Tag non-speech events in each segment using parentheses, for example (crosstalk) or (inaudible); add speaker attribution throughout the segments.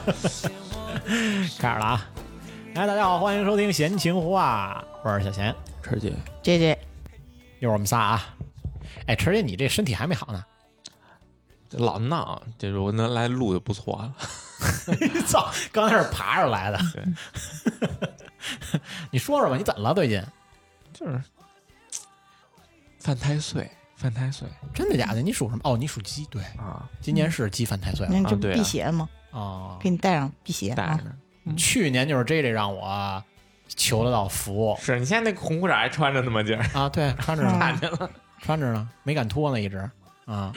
Speaker 1: 开始了啊！哎，大家好，欢迎收听《闲情话》，我是小贤，
Speaker 2: 晨姐，
Speaker 3: J J，
Speaker 1: 又是我们仨啊！哎，晨姐，你这身体还没好呢？ (laughs)
Speaker 2: 老闹，这是我能来录就不错了。
Speaker 1: 操，刚才是爬着来的
Speaker 2: 对。
Speaker 1: (laughs) 你说说吧，你怎么了？最近
Speaker 2: 就是犯太岁，犯太岁
Speaker 1: 真的假的？你属什么？哦，你属鸡，对，
Speaker 2: 啊，
Speaker 1: 今年是鸡犯太岁了
Speaker 3: 那这不
Speaker 2: 对啊
Speaker 3: 辟邪吗？
Speaker 1: 哦。
Speaker 3: 给你带上辟邪
Speaker 2: 带着
Speaker 3: 啊！
Speaker 2: 呢。
Speaker 1: 去年就是 J J 让我求得到福
Speaker 2: 是你现在那个红裤衩还穿着呢吗？姐儿，
Speaker 1: 啊，
Speaker 3: (laughs)
Speaker 1: 对，穿着呢。
Speaker 3: 嗯
Speaker 2: 看见了，
Speaker 1: 穿着呢，没敢脱呢，一直啊。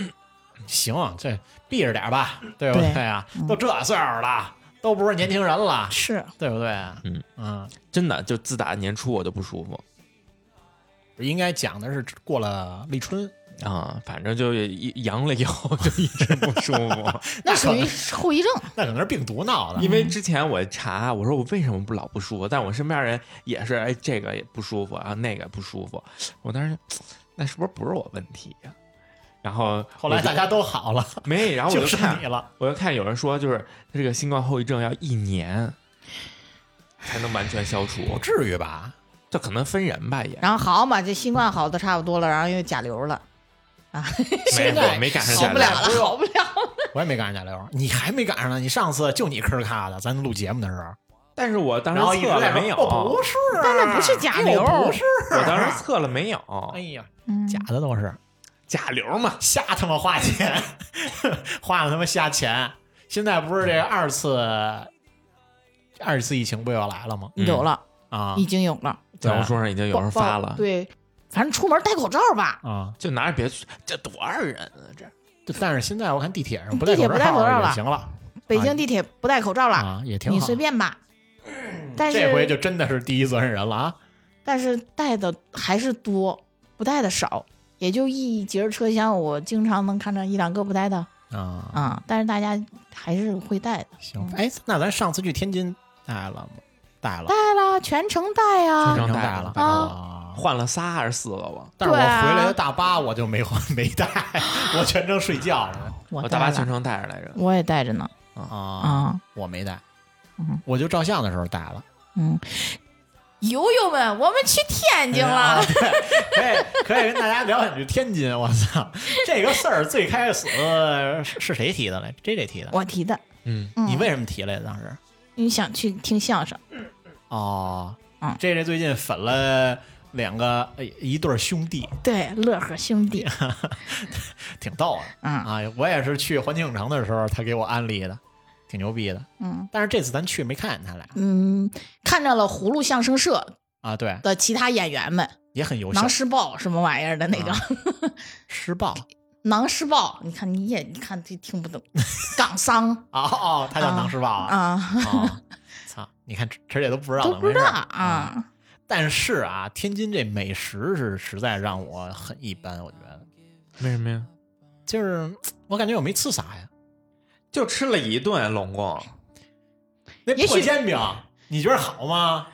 Speaker 1: 行，这避着点吧，对不
Speaker 3: 对嗯
Speaker 1: 对啊？都这岁数了，都不是年轻人了，
Speaker 3: 是
Speaker 1: 对不对？
Speaker 2: 嗯
Speaker 1: 啊，
Speaker 2: (laughs) 真的，就自打年初我就不舒服
Speaker 1: 应该讲的是过了立春，
Speaker 2: 啊，反正就一阳了以后就一直不舒 (laughs) 服。
Speaker 3: 那属于后 (laughs) 遗症，
Speaker 1: 那可能是病毒闹的。
Speaker 2: 因为之前我查，我说我为什么不老不舒服，但我身边人也是，哎，这个也不舒服，然后那个不舒服。我当时就，那是不是不是我问题呀、然后我就
Speaker 1: 后来大家都好了，
Speaker 2: 没，然后我
Speaker 1: 就
Speaker 2: 就
Speaker 1: 剩
Speaker 2: 看
Speaker 1: 你了。
Speaker 2: 我就看有人说，就是这个新冠后遗症要一年才能完全消除，
Speaker 1: 至于吧？
Speaker 2: 这可能分人
Speaker 3: (laughs)
Speaker 2: 吧也。
Speaker 3: 然后好嘛，这新冠好的差不多了，然后又甲流了，
Speaker 2: 没
Speaker 1: 现
Speaker 2: 我
Speaker 1: 在
Speaker 2: 没赶上
Speaker 3: 好
Speaker 2: 下
Speaker 3: 不了
Speaker 2: 来，
Speaker 3: 了，好不了。
Speaker 1: 我也没赶上甲流，你还没赶上呢。你上次就你吭儿咔的，咱录节目的时候，
Speaker 2: 但是我当
Speaker 1: 然后
Speaker 2: 时
Speaker 1: 一直
Speaker 2: 测
Speaker 1: 在
Speaker 2: 了
Speaker 1: 说
Speaker 2: 没有，
Speaker 1: 我不
Speaker 2: 我
Speaker 1: 是，啊哎
Speaker 3: 但那不是甲流
Speaker 1: 我不是，
Speaker 2: 当时测了没有，
Speaker 1: 哎呀，
Speaker 3: 嗯
Speaker 1: 假的都是。
Speaker 2: 甲流嘛，
Speaker 1: 瞎他妈花钱， (laughs) 花了他妈瞎钱。现在不是这二次二次疫情不又来了吗？
Speaker 2: 嗯
Speaker 3: 有了，
Speaker 1: 啊
Speaker 3: 已经有了。
Speaker 2: 小红书上已经有人发了，
Speaker 3: 对，反正出门戴口罩吧，
Speaker 1: 啊！
Speaker 2: 就拿着别去，这多少人啊这。
Speaker 1: 就但是现在我看地铁上不戴
Speaker 3: 地铁
Speaker 1: 口
Speaker 3: 不戴口罩
Speaker 1: 罩
Speaker 3: 了
Speaker 1: 也行了
Speaker 3: 北京地铁不戴口罩了，
Speaker 1: 啊，也挺好。
Speaker 3: 你随便吧。
Speaker 2: 嗯
Speaker 3: 但
Speaker 1: 这回
Speaker 3: 是
Speaker 1: 就真的是第一责任人了啊！
Speaker 3: 但是戴的还是多，不戴的少，也就一节车厢，我经常能看着一两个不戴的
Speaker 1: 啊，
Speaker 3: 啊，但是大家还是会戴的。
Speaker 1: 行。哎，那咱上次去天津戴了吗？戴了，
Speaker 3: 戴啦，全程戴
Speaker 2: 全
Speaker 3: 啊
Speaker 2: 程，
Speaker 1: 戴
Speaker 2: 戴
Speaker 1: 了
Speaker 2: 了
Speaker 1: 啊。
Speaker 2: 换了仨还是四个吧？
Speaker 1: 但是我
Speaker 3: 对啊
Speaker 1: 回来的大巴我就没换没带，我全程睡觉了
Speaker 3: 我
Speaker 2: 我大巴
Speaker 3: 戴了
Speaker 2: 全程带着来着，
Speaker 3: 我也戴着呢
Speaker 1: 啊，
Speaker 3: 啊，
Speaker 1: 我没带
Speaker 3: 嗯，
Speaker 1: 我就照相的时候戴了。
Speaker 3: 嗯，友友们，我们去天津
Speaker 1: 啊
Speaker 3: 了，
Speaker 1: 对，可以可以跟大家聊两句天津。我操，这个事儿最开始是是谁提的来？J J 提的。
Speaker 3: 我提的，
Speaker 2: 嗯，
Speaker 3: 嗯
Speaker 1: 你为什么提来的？当时
Speaker 3: 你想去听相声，
Speaker 1: 哦
Speaker 3: 嗯
Speaker 1: ，J J 最近粉了两个呃一对儿兄弟，
Speaker 3: 对，乐呵兄弟，
Speaker 1: 挺逗的
Speaker 3: 嗯
Speaker 1: 啊！我也是去环球影城的时候，他给我安利的，挺牛逼的。
Speaker 3: 嗯
Speaker 1: 但是这次咱去没看见他俩
Speaker 3: 嗯，看着了葫芦相声社
Speaker 1: 啊，对，
Speaker 3: 的其他演员们，
Speaker 1: 也很优秀
Speaker 3: 囊。师报什么玩意儿的那个
Speaker 1: 啊施暴
Speaker 3: (laughs) 囊师报，你看你也你看这听不懂，港商
Speaker 1: 哦哦，他叫
Speaker 3: 啊
Speaker 1: 囊施暴啊！
Speaker 3: 啊，
Speaker 1: 哦操，你看晨姐都不知道
Speaker 3: 都
Speaker 1: 怎
Speaker 3: 不
Speaker 1: 么回
Speaker 3: 知
Speaker 1: 事
Speaker 3: 道
Speaker 1: 儿啊
Speaker 3: 啊，
Speaker 1: 但是啊，天津这美食是实在让我很一般，我觉得
Speaker 2: 为什么呀？
Speaker 1: 就是我感觉我没吃啥呀。
Speaker 2: 就吃了一顿，拢共
Speaker 1: 那
Speaker 3: 也许嗯
Speaker 1: 破煎饼，你觉得好吗？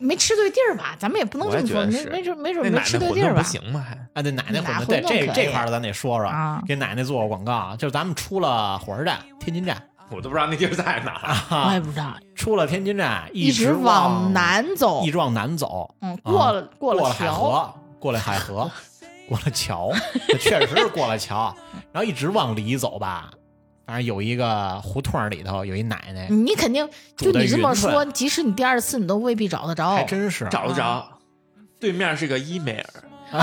Speaker 3: 没吃对地儿吧？咱们也不能
Speaker 2: 我
Speaker 3: 这
Speaker 2: 也
Speaker 3: 么
Speaker 2: 觉
Speaker 3: 说，
Speaker 2: 得
Speaker 3: 没
Speaker 2: 是
Speaker 3: 没准没
Speaker 2: 那
Speaker 3: 准没
Speaker 2: 奶奶
Speaker 3: 吃
Speaker 2: 馄
Speaker 3: 对地
Speaker 2: 饨
Speaker 3: 儿
Speaker 2: 不
Speaker 3: 吧？
Speaker 2: 行吗？还
Speaker 1: 啊，对，奶奶馄饨，对
Speaker 3: 奶馄饨
Speaker 1: 这
Speaker 3: 可以
Speaker 1: 这块儿咱得说说
Speaker 3: 啊
Speaker 1: 给奶奶做个广告啊。就是咱们出了火车站，天津站，
Speaker 2: 我都不知道那地儿在哪儿。
Speaker 3: 我
Speaker 1: 哈，
Speaker 3: 也不知道，
Speaker 1: 出了天津站，
Speaker 3: 一
Speaker 1: 直
Speaker 3: 直往，南走
Speaker 1: 一，直往南走，
Speaker 3: 嗯，
Speaker 1: 啊
Speaker 3: 过了过
Speaker 1: 了
Speaker 3: 了
Speaker 1: 海
Speaker 3: 桥，
Speaker 1: 河，过了海河，过了桥，这确实是过了桥，然后一直往里走吧。反正有一个胡同儿里头有一奶奶，
Speaker 3: 你肯定
Speaker 1: 煮
Speaker 3: 就
Speaker 1: 得
Speaker 3: 你这么
Speaker 1: 匀称
Speaker 3: 说，即使你第二次你都未必哦找得着
Speaker 1: 还。真是
Speaker 2: 找得着，对面是个伊美尔，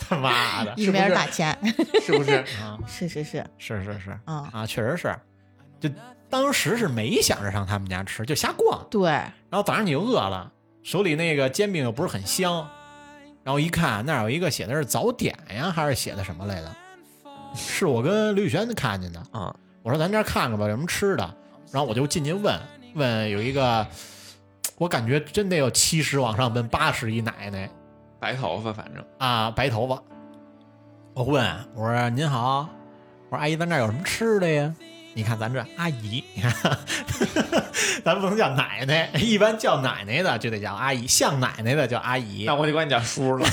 Speaker 1: 他妈的，
Speaker 3: 一没人打钱， (laughs)
Speaker 2: 是不是？
Speaker 1: 啊，
Speaker 3: 是是是，
Speaker 1: 是是是
Speaker 3: 啊，
Speaker 1: 啊，确实是，就当时是没想着上他们家吃，就瞎逛，
Speaker 3: 对，
Speaker 1: 然后早上你又饿了，手里那个煎饼又不是很香，然后一看那儿有一个写的是早点呀，还是写的什么来的，是我跟刘宇轩看见的，
Speaker 2: 啊，
Speaker 1: 我说咱这儿看看吧，有什么吃的，然后我就进去问问，有一个。我感觉真得有七十往上奔八十一奶奶，
Speaker 2: 白头发，反正
Speaker 1: 啊，白头发。我问我说：“您好，我说阿姨，咱这儿有什么吃的呀？”你看咱这阿姨， (laughs) 你看，咱不能叫奶奶，一般叫奶奶的就得叫阿姨，像奶奶的叫阿姨
Speaker 2: (laughs) 那，我得管你叫叔了。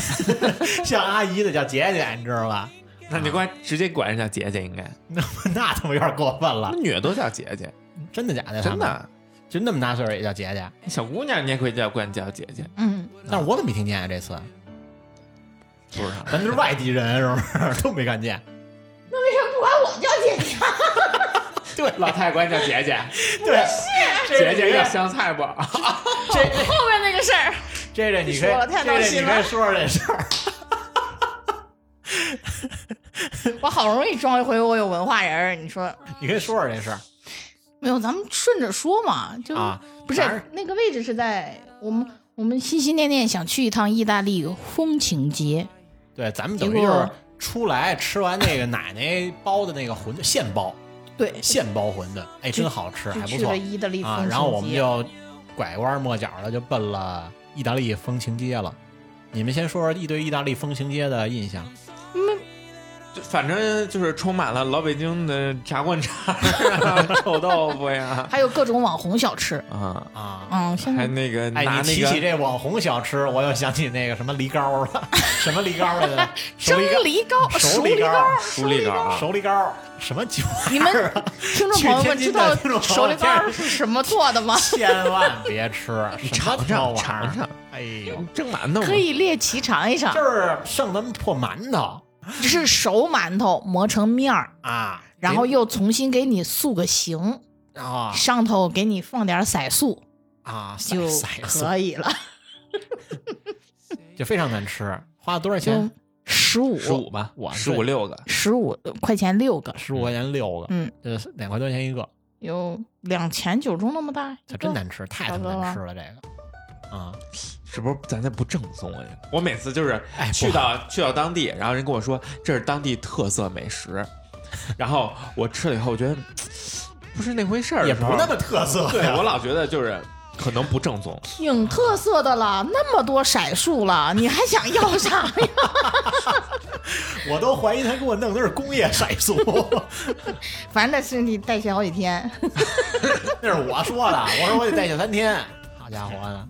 Speaker 1: 像阿姨的叫姐姐，你知道吧？ (laughs)
Speaker 2: 那你管直接管人叫姐姐应该，
Speaker 1: 那那他妈有点过分
Speaker 2: 那
Speaker 1: 了，
Speaker 2: 啊女的都叫姐姐，
Speaker 1: 真的假的？
Speaker 2: 真
Speaker 1: 他们
Speaker 2: 的，
Speaker 1: 就那么大岁数也叫姐姐？
Speaker 2: 啊哎小姑娘你也可以叫管叫姐姐，
Speaker 3: 嗯，
Speaker 1: 但是我怎么没听见啊？这次
Speaker 2: 不知道。
Speaker 1: 咱就是外地人，是不是 (laughs) 都没看见？
Speaker 3: 那为什么不管我叫姐姐？
Speaker 2: (laughs)
Speaker 3: (laughs)
Speaker 2: 对，老太管叫姐 (laughs) 姐，
Speaker 1: 对，啊
Speaker 2: 姐姐叫
Speaker 1: 这
Speaker 2: 香菜不？
Speaker 1: 这
Speaker 3: 后面那个事儿，
Speaker 1: 这这你可
Speaker 3: 说了
Speaker 1: 以，
Speaker 3: 太
Speaker 1: 这
Speaker 3: 闹
Speaker 1: 这
Speaker 3: 心
Speaker 1: 你
Speaker 3: 了
Speaker 1: 可以说说这事儿。
Speaker 3: 我好容易装一回我有文化人儿，你说
Speaker 1: 你可以说说这事儿
Speaker 3: 没有？咱们顺着说嘛，就、
Speaker 1: 啊，
Speaker 3: 不
Speaker 1: 哪儿
Speaker 3: 是那个位置是在我们我们心心念念想去一趟意大利风情节，
Speaker 1: 对，咱们等于
Speaker 3: 结
Speaker 1: 就
Speaker 3: 果
Speaker 1: 是出来吃完那个奶奶包的那个馄饨，现包
Speaker 3: 对，
Speaker 1: 现包馄饨，哎，真好吃，还
Speaker 3: 就
Speaker 1: 不
Speaker 3: 去
Speaker 1: 错
Speaker 3: 了意大利风
Speaker 1: 啊
Speaker 3: 情。节。
Speaker 1: 然后我们就拐弯抹角的就奔了意大利风情街了。你们先说说一对意大利风情街的印象。
Speaker 2: (laughs) (laughs) 就反正就是充满了老北京的炸灌肠 (laughs) 啊、臭豆腐 (laughs) 呀，
Speaker 3: 还有各种网红小吃，
Speaker 2: 啊，
Speaker 1: 啊。
Speaker 3: 嗯，现
Speaker 2: 还
Speaker 3: 在
Speaker 2: 那个
Speaker 1: 哎，你
Speaker 2: 拿那
Speaker 1: 提起
Speaker 2: 个
Speaker 1: 这网红小吃，我又想起那个什么梨膏了， (laughs) 什么梨膏来着？熟
Speaker 3: 蒸
Speaker 1: 梨膏，
Speaker 3: 梨糕、
Speaker 1: 熟
Speaker 3: 熟
Speaker 1: 梨
Speaker 3: 梨
Speaker 1: 膏
Speaker 3: 糕，
Speaker 2: 熟梨糕啊，
Speaker 1: 熟梨膏，什么酒？啊
Speaker 3: 你们听众朋友们知道
Speaker 1: 去天津的听众朋友？
Speaker 3: 熟梨糕是什么做的
Speaker 1: (laughs)
Speaker 3: 吗
Speaker 1: 千万别吃，什么
Speaker 2: 尝
Speaker 1: 臭
Speaker 2: 尝
Speaker 1: 玩意儿
Speaker 2: 尝尝，
Speaker 1: 哎呦，
Speaker 2: 蒸馒头嘛
Speaker 3: 可以猎奇尝一尝，
Speaker 1: 就是剩那么破馒头
Speaker 3: 是熟馒头磨成面儿，
Speaker 1: 啊，
Speaker 3: 然后又重新给你塑个形，
Speaker 1: 啊
Speaker 3: 上头给你放点色素
Speaker 1: 啊塞
Speaker 3: 就
Speaker 1: 塞
Speaker 3: 可以了，
Speaker 1: 就非常难吃，花了多少
Speaker 3: 就
Speaker 1: 钱？
Speaker 3: 十五
Speaker 2: 十五吧
Speaker 1: 我，
Speaker 2: 十五六个，
Speaker 3: 十五块钱六个，
Speaker 1: 十五块钱六个，
Speaker 3: 嗯，
Speaker 1: 就是两块多钱一个，
Speaker 3: 有两钱九盅那么大，
Speaker 1: 可真难吃，啊太他妈难吃了这个啊！
Speaker 2: 是不是咱这不正宗啊？我每次就是
Speaker 1: 哎不
Speaker 2: 去到去到当地，然后人跟我说这是当地特色美食，然后我吃了以后，我觉得嘖不是那回事儿
Speaker 1: 也
Speaker 2: 的时
Speaker 1: 不
Speaker 2: 候，
Speaker 1: 那么特色
Speaker 2: 对
Speaker 1: 呀
Speaker 2: 我老觉得就是 (laughs) 可能不正宗，
Speaker 3: 挺特色的了，那么多色素了，你还想要啥呀？
Speaker 1: (laughs) 我都怀疑他给我弄的是工业色
Speaker 2: (laughs)
Speaker 1: 素，
Speaker 3: 反正在身体代谢好几天。
Speaker 1: 那是我说的，
Speaker 2: (laughs)
Speaker 1: 我说我得带下三天，好家伙的，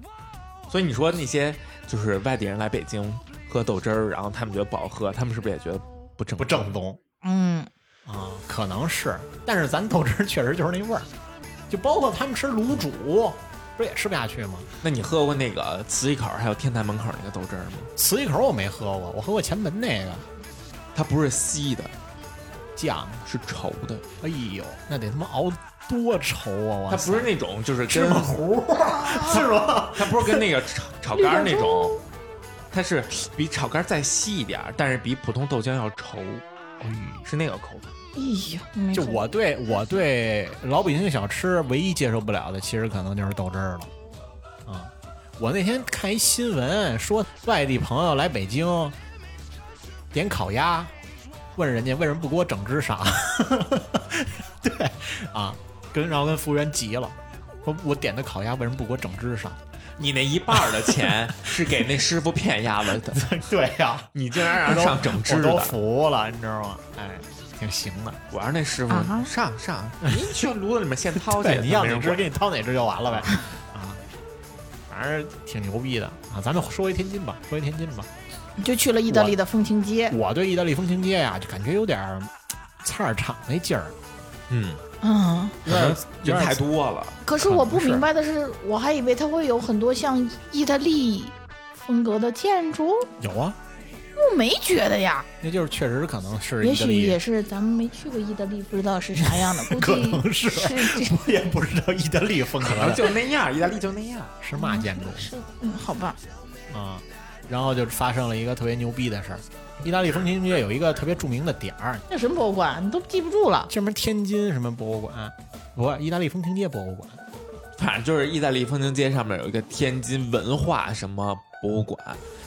Speaker 2: 所以你说那些就是外地人来北京喝豆汁儿，然后他们觉得不好喝，他们是不是也觉得不正
Speaker 1: 不正宗。
Speaker 3: 嗯，
Speaker 1: 啊，可能是，但是咱豆汁儿确实就是那味儿，就包括他们吃卤煮，不是也吃不下去吗？
Speaker 2: 那你喝过那个慈禧口儿还有天坛门口儿那个豆汁儿吗？
Speaker 1: 磁器口我没喝过，我喝过前门那个
Speaker 2: 它不是稀的，
Speaker 1: 酱，
Speaker 2: 是稠的，
Speaker 1: 哎呦，那得他妈熬多稠啊！
Speaker 2: 它
Speaker 1: 我
Speaker 2: 不是那种就是
Speaker 1: 芝
Speaker 2: 跟
Speaker 1: 麻糊，
Speaker 2: 啊
Speaker 1: 是吧？
Speaker 2: 它不是跟那个
Speaker 1: (laughs)
Speaker 2: 炒炒肝儿那种，它是比炒肝儿再细一点儿，但是比普通豆浆要稠，
Speaker 1: 哎
Speaker 2: 是那个口感。
Speaker 3: 哎呀，没
Speaker 1: 就
Speaker 3: 错
Speaker 1: 我对我对老北京小吃唯一接受不了的，其实可能就是豆汁儿了。啊，我那天看一新闻说，外地朋友来北京点烤鸭，问人家为什么不给我整只傻？ (laughs) 对啊，跟然后跟服务员急了，说我点的烤鸭为什么不给我整只傻？
Speaker 2: 你那一半儿的钱
Speaker 1: (laughs)
Speaker 2: 是给那师傅骗鸭子的，
Speaker 1: 对呀、
Speaker 2: 你竟然让
Speaker 1: 我都
Speaker 2: 人 (laughs) 上整只
Speaker 1: 我都
Speaker 2: 的。
Speaker 1: 服了，你知道吗？哎，挺行的。
Speaker 2: 我让那师傅
Speaker 3: 啊哈
Speaker 2: 上上，
Speaker 1: (laughs)
Speaker 2: 你去炉子里面现掏去
Speaker 1: 对，，你要
Speaker 2: 没
Speaker 1: 哪
Speaker 2: 人
Speaker 1: 只
Speaker 2: 管
Speaker 1: 给你掏哪只就完了
Speaker 2: (laughs)
Speaker 1: 呗。啊，反正挺牛逼的啊。咱们说回天津吧，说回天津吧。
Speaker 3: 你就去了意大利的风情街，
Speaker 1: 我对意大利风情街呀、就感觉有点儿嘖菜市场那劲儿，
Speaker 2: 嗯，
Speaker 3: 嗯，
Speaker 1: (laughs) 有点儿有
Speaker 2: 人
Speaker 1: 点
Speaker 2: 太
Speaker 1: 儿
Speaker 2: 多了。
Speaker 3: 可是我不明白的是，我还以为它会有很多像意大利风格的建筑，
Speaker 1: 有啊。
Speaker 3: 我没觉得呀。
Speaker 1: 那就是确实可能是
Speaker 3: 也
Speaker 1: 意大
Speaker 3: 许也
Speaker 1: 利，
Speaker 3: 是咱们没去过意大利，不知道是啥样的，
Speaker 1: (laughs)
Speaker 3: 估
Speaker 1: 可
Speaker 3: 计
Speaker 1: 能是
Speaker 3: 是
Speaker 1: 我也不知道意大利风格
Speaker 2: 可能
Speaker 1: 的
Speaker 2: 就那样儿，意大利就那样儿。
Speaker 1: 是嘛建筑
Speaker 3: 这，嗯，好吧，
Speaker 2: 嗯
Speaker 1: 啊。然后就发生了一个特别牛逼的事儿。意大利风情街有一个特别著名的点儿，
Speaker 3: 那什么博物馆你都记不住了，
Speaker 1: 什么天津什么博物馆，不，意大利风情街博物馆，
Speaker 2: 反正就是意大利风情街上面有一个天津文化什么博物馆，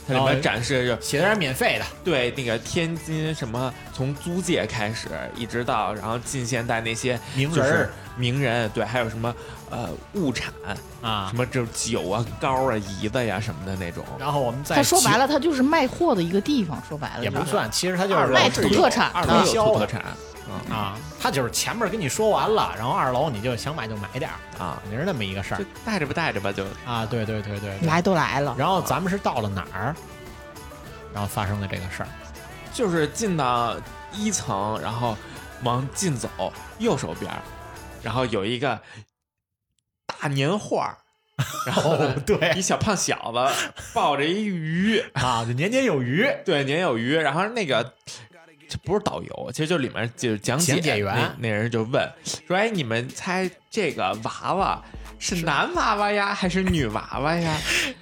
Speaker 2: 它里
Speaker 1: 哦
Speaker 2: 面展示着
Speaker 1: 写的是免费的，
Speaker 2: 对，那个天津什么从租界开始，一直到然后近现代那些
Speaker 1: 名
Speaker 2: 就
Speaker 1: 人
Speaker 2: 是
Speaker 1: 儿
Speaker 2: 名人，对，还有什么呃物产，
Speaker 1: 啊
Speaker 2: 什，么就是酒啊、糕啊、胰子呀、什么的那种。
Speaker 1: 然后我们再
Speaker 3: 它说
Speaker 1: 集
Speaker 3: 白了，它就是卖货的一个地方，说白了
Speaker 1: 也不
Speaker 3: 就是
Speaker 1: 算，其实它就
Speaker 2: 二
Speaker 1: 是
Speaker 2: 楼
Speaker 3: 卖
Speaker 2: 是
Speaker 3: 土
Speaker 2: 有
Speaker 3: 特产
Speaker 2: 二
Speaker 1: 的
Speaker 2: 楼有土特产
Speaker 1: 啊，它就是前面跟你说完了，然后二楼你就想买就买点儿，
Speaker 2: 啊，
Speaker 1: 你是那么一个事儿
Speaker 2: 就带着吧，带着吧，就
Speaker 1: 啊。对对对对对。
Speaker 3: 嗯来都来了，
Speaker 1: 然后
Speaker 2: (laughs)
Speaker 1: 咱们是到了哪儿，然后发生了这个事儿
Speaker 2: 就是进到一层，然后往进走，右手边儿，然后有一个大年画儿，然后呢
Speaker 1: 哦，对
Speaker 2: 一小胖小子抱着一鱼，
Speaker 1: 啊，就年年有余，
Speaker 2: 对，年有余。然后那个这不是导游，其实就里面就是讲
Speaker 1: 讲解员
Speaker 2: 那那人就问说：“哎，你们猜这个娃娃是男娃娃呀，还是女娃
Speaker 1: (laughs)
Speaker 2: 娃呀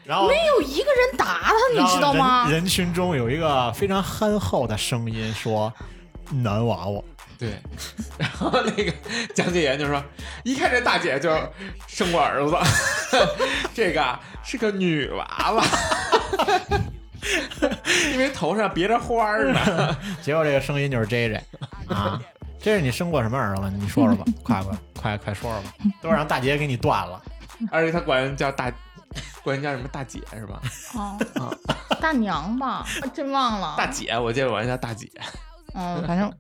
Speaker 1: 然后
Speaker 3: 没有一个人打他，
Speaker 1: 然
Speaker 3: 嗯你
Speaker 1: 后
Speaker 3: 知道吗？
Speaker 1: 人人群中有一个非常憨厚的声音说：“男娃娃。？”
Speaker 2: 对。然后那个讲解员就说：“一看这大姐就生过儿子， (laughs) 这个啊是个女娃娃。” (laughs) 因为头上别着花儿
Speaker 1: (laughs)
Speaker 2: 呢，”
Speaker 1: 结果这个声音就是 J J 啊。这是你生过什么儿子吗？你说说 (laughs) 吧，快快快快说说吧，都让大姐给你断了。
Speaker 2: 而且他管人叫大，管人叫什么大姐是吧？
Speaker 3: 啊
Speaker 2: 啊，
Speaker 3: 大娘吧，我真忘了。
Speaker 2: 大姐，我记得管人叫大姐。
Speaker 3: 嗯，反正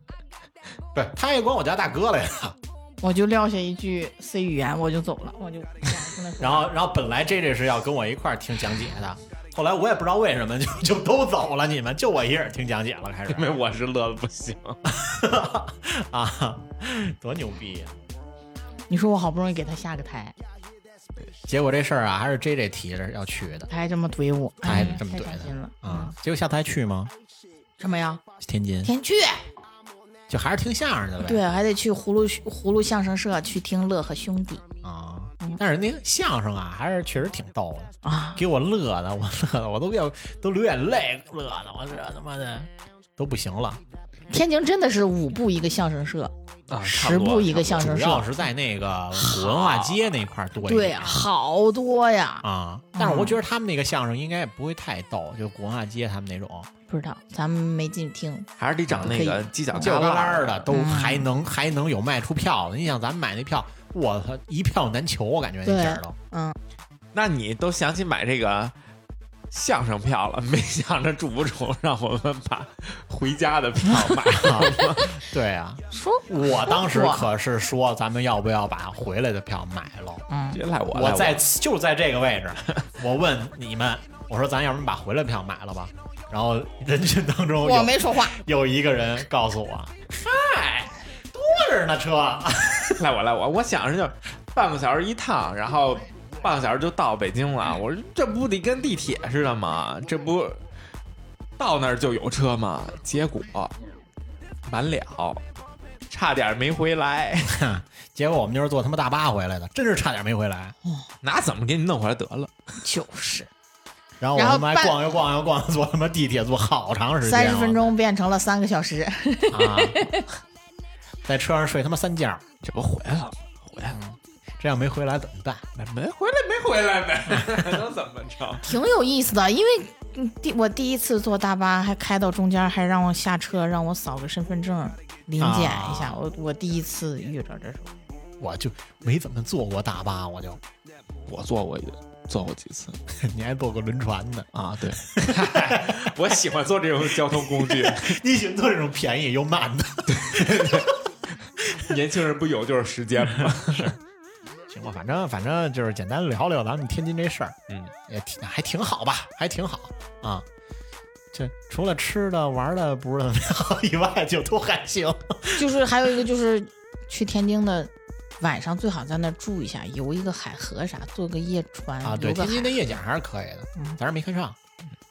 Speaker 1: 不是，他也管我叫大哥来了。
Speaker 3: 我就撂下一句 C 语言，我就走了，我就跟他说
Speaker 1: 然后，然后本来 J J 是要跟我一块儿听讲解的，后来我也不知道为什么就就都走了，你们就我一人听讲解了，开始
Speaker 2: (laughs) 因为我是乐的不行。
Speaker 1: 啊，多牛逼呀、
Speaker 3: 你说我好不容易给他下个台，
Speaker 1: 结果这事儿啊，还是 J J 提着要去的
Speaker 3: 他还这么怼我，
Speaker 1: 他还
Speaker 3: 哎呀
Speaker 1: 这么
Speaker 3: 太
Speaker 1: 怼
Speaker 3: 伤
Speaker 1: 的
Speaker 3: 心了
Speaker 1: 啊、！结果下台去吗？
Speaker 3: 什么呀？
Speaker 1: 天津
Speaker 3: 天去，
Speaker 1: 就还是听相声的呗。
Speaker 3: 对，还得去葫芦葫芦相声社去听乐呵兄弟
Speaker 1: 啊
Speaker 3: 嗯，
Speaker 1: 但是那个相声啊，还是确实挺逗的，
Speaker 3: 啊！
Speaker 1: 给我乐的，我乐的，我都要都流眼泪，乐的我这他妈的都不行了。
Speaker 3: 天津真的是五部一个相声社，
Speaker 2: 啊
Speaker 3: 十部一个相声
Speaker 1: 主
Speaker 3: 社
Speaker 1: 要，是在那个古文化街那块儿多一点。
Speaker 3: 对，嗯好多呀，
Speaker 1: 啊，但是我觉得他们那个相声应该也不会太逗，就古文化街他们那种
Speaker 3: 不知道咱们没进去听，
Speaker 2: 还是得找那个犄角
Speaker 1: 叫
Speaker 2: 旮
Speaker 1: 旮
Speaker 2: 旯
Speaker 1: 旯的，
Speaker 3: 嗯
Speaker 1: 都还能还能有卖出票的。你想咱们买那票，我操，一票难求，我感觉那
Speaker 3: 对
Speaker 1: 地儿都。
Speaker 3: 嗯，
Speaker 2: 那你都想起买这个相声票了，没想着主不主让我们把回家的票买了。
Speaker 1: 啊对啊，
Speaker 3: 说
Speaker 1: 我当时
Speaker 3: 说过
Speaker 1: 可是说咱们要不要把回来的票买了。
Speaker 3: 嗯
Speaker 2: 别赖我，
Speaker 1: 我
Speaker 2: 赖
Speaker 1: 在就在这个位置，我问你们，我说咱要不然把回来票买了吧？然后人群当中
Speaker 3: 我
Speaker 1: 有
Speaker 3: 没说话，
Speaker 1: 有一个人告诉我，嗨，多着呢车。
Speaker 2: 赖我赖我，我想着就是半个小时一趟，然后半个小时就到北京了。我说这不得跟地铁似的吗？这不到那儿就有车吗？结果完了，差点没回来。
Speaker 1: 结果我们就是坐他妈大巴回来的，真是差点没回来。
Speaker 2: 那怎么给你弄回来得了？
Speaker 3: 就是
Speaker 1: 然后我
Speaker 3: 然后
Speaker 1: 他妈
Speaker 3: 半
Speaker 1: 逛悠逛悠逛悠，坐他妈地铁坐好长时间，
Speaker 3: 三十分钟变成了三个小时，
Speaker 1: 啊，在车上睡他妈三觉，
Speaker 2: 这不回来了吗？回来了，
Speaker 1: 这样没回来怎么办？
Speaker 2: 没没回来，没回来呗， (laughs) 能怎么着？
Speaker 3: 挺有意思的。因为嗯第我第一次坐大巴，还开到中间，还让我下车，让我扫个身份证，临检一下。
Speaker 1: 啊
Speaker 3: 我我第一次遇着这种，
Speaker 1: 我就没怎么坐过大巴，我就 (laughs)
Speaker 2: 我坐过一坐过几次
Speaker 1: 你还坐过轮船呢？
Speaker 2: 啊，对， (laughs) 我喜欢坐这种交通工 (laughs) 具。
Speaker 1: 你喜欢坐这种便宜又慢的？
Speaker 2: 年轻人不有就是时间吗？
Speaker 1: 行吧，反正反正就是简单聊聊咱们天津这事儿，
Speaker 2: 嗯，
Speaker 1: 也挺还挺好吧，还挺好啊。这除了吃的玩的不是怎么样以外，就都还行。
Speaker 2: 嗯
Speaker 3: 就是还有一个就是去天津的。晚上最好在那儿住一下，游一个海河啥，坐个夜船
Speaker 1: 啊，对，
Speaker 3: 游个
Speaker 1: 天
Speaker 3: 海
Speaker 1: 津的夜景还是可以的，
Speaker 3: 嗯
Speaker 1: 咱是没看上。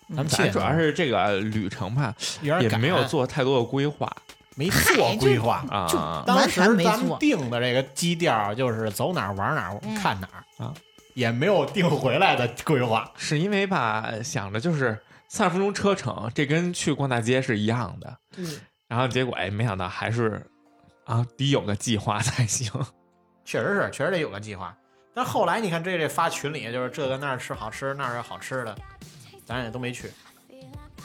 Speaker 1: 咱们
Speaker 2: 嗯咱
Speaker 1: 去
Speaker 2: (laughs) 主要 (laughs) 是这个旅程吧，
Speaker 1: 有点
Speaker 2: 也
Speaker 1: 赶啊
Speaker 2: 没有啊做太多的规划
Speaker 1: 没做规划。
Speaker 2: 啊
Speaker 3: 就
Speaker 2: 啊
Speaker 1: 当
Speaker 3: 完
Speaker 1: 时
Speaker 3: 全没
Speaker 1: 咱们
Speaker 3: 做嗯
Speaker 1: 定的这个基调就是走哪儿玩哪儿看哪儿
Speaker 2: 啊，
Speaker 1: 也没有定回来的规划。
Speaker 2: 是因为吧，想着就是三十分钟车程，这跟去逛大街是一样的。
Speaker 3: 对
Speaker 2: 然后结果哎，没想到还是啊，得有个计划才行。 (laughs)
Speaker 1: 确实是，确实得有个计划。但后来你看这这发群里，就是这个那儿吃好吃，那儿有好吃的，咱也都没去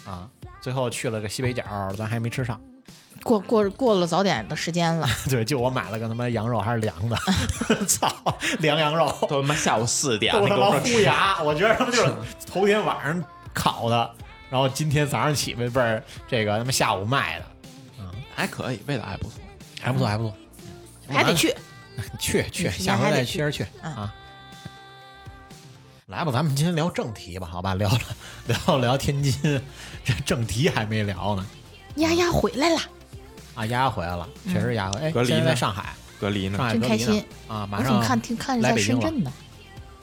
Speaker 1: 啊。最后去了个西北角，咱还没吃上。 (laughs)
Speaker 3: 过过过了早点的时间了，
Speaker 1: 对，就我买了个他妈羊肉，还是凉的， (laughs) 操，凉羊肉。
Speaker 2: 都他妈下午四点，
Speaker 1: 都
Speaker 2: 你
Speaker 1: 他
Speaker 2: 跟
Speaker 1: 妈
Speaker 2: 我说
Speaker 1: 糊牙，我觉得他们就是头天晚上烤的，然后今天早上起来倍儿这个他妈下午卖的，
Speaker 2: 还可以，味道还不错。
Speaker 1: 还不错，还不错。嗯
Speaker 3: 还得去。
Speaker 1: 去去，
Speaker 3: 嗯你时间
Speaker 1: 下回
Speaker 3: 还
Speaker 1: 再
Speaker 3: 得
Speaker 1: 接着去
Speaker 3: 嗯
Speaker 1: 啊。来吧，咱们今天聊正题吧，好吧？聊了聊聊天津，这正题还没聊呢。
Speaker 3: 丫丫回来了，
Speaker 1: 啊，丫丫回来了，确实丫丫回来，哎，
Speaker 2: 隔离
Speaker 1: 现在在
Speaker 2: 呢嗯
Speaker 1: 上海，
Speaker 2: 隔离
Speaker 1: 上
Speaker 2: 呢？
Speaker 1: 海
Speaker 3: 嗯真
Speaker 1: 隔
Speaker 3: 开
Speaker 1: 离呢
Speaker 3: 心
Speaker 1: 啊，马
Speaker 3: 我怎么看
Speaker 1: 上
Speaker 3: 听看着
Speaker 1: 来
Speaker 3: 在
Speaker 1: 北
Speaker 3: 深
Speaker 1: 京了
Speaker 3: 圳呢？嗯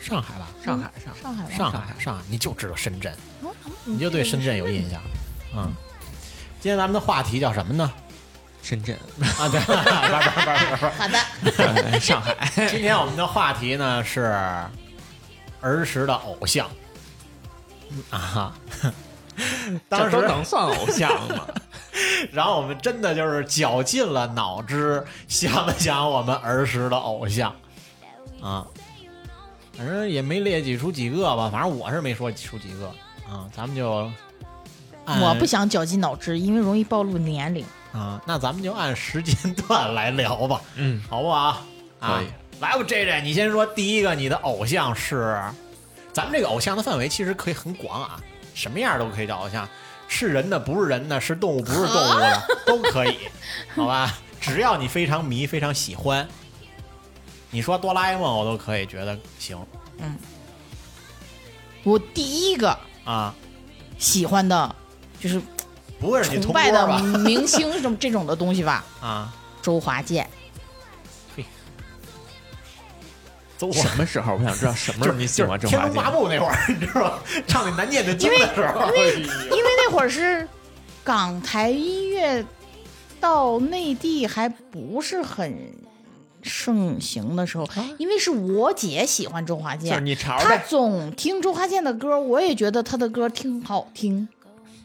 Speaker 1: 上海吧，上海，上海。
Speaker 3: 上海吧，
Speaker 1: 上海，上海，你就知道深圳，
Speaker 3: 嗯
Speaker 1: 你就对深圳有印象，嗯。今天咱们的话题叫什么呢？
Speaker 2: 深圳，
Speaker 1: 啊，对， (laughs) 玩儿玩儿玩儿玩儿玩儿
Speaker 3: 好的， (laughs)
Speaker 2: 哎 (laughs) 上海，
Speaker 1: 今天我们的话题呢是儿时的偶像，嗯啊 (laughs) 哈，当
Speaker 2: 这都
Speaker 1: 时
Speaker 2: 能算哦偶 (laughs) 像吗？
Speaker 1: (laughs) 然后我们真的就是绞尽了脑汁想了想我们儿时的偶像啊，反正也没列举出几个吧，反正我是没说出几个啊，咱们就按
Speaker 3: 我不想绞尽脑汁，因为容易暴露年龄。
Speaker 1: 啊，那咱们就按时间段来聊吧，
Speaker 2: 嗯，
Speaker 1: 好不好？啊
Speaker 2: 可以，
Speaker 1: 来吧，J J，你先说第一个，你的偶像是，咱们这个偶像的范围其实可以很广啊，什么样都可以找偶像，是人的，不是人的，是动物，不是动物
Speaker 2: (laughs)
Speaker 1: 的，都可以，好吧？只要你非常迷，非常喜欢，你说哆啦 A 梦，我都可以觉得行
Speaker 3: 我第一个
Speaker 1: 啊，
Speaker 3: 喜欢的就是
Speaker 1: 不会是你
Speaker 3: 崇
Speaker 1: 同
Speaker 3: 拜
Speaker 1: 桌
Speaker 3: 的
Speaker 1: 吧？
Speaker 3: 明星什么这 (laughs) 种的东西吧，
Speaker 1: 啊，
Speaker 3: 周华健。
Speaker 1: 走我。
Speaker 2: 什么时候？我想知道什么时候你啊喜欢
Speaker 1: 就
Speaker 2: 周
Speaker 1: 是
Speaker 2: 华
Speaker 1: 天龙八
Speaker 2: 健？
Speaker 1: 部那会儿，你知道吗？唱那《难念的经》的时
Speaker 2: 哎
Speaker 1: 候，
Speaker 3: 因为那会儿是港台音乐到内地还不是很盛行的时候，
Speaker 1: 啊
Speaker 3: 因为是我姐喜欢周华
Speaker 2: 就是
Speaker 3: 健，
Speaker 2: 你潮
Speaker 3: 她
Speaker 2: 呗，
Speaker 3: 总听周华健的歌，我也觉得他的歌挺好听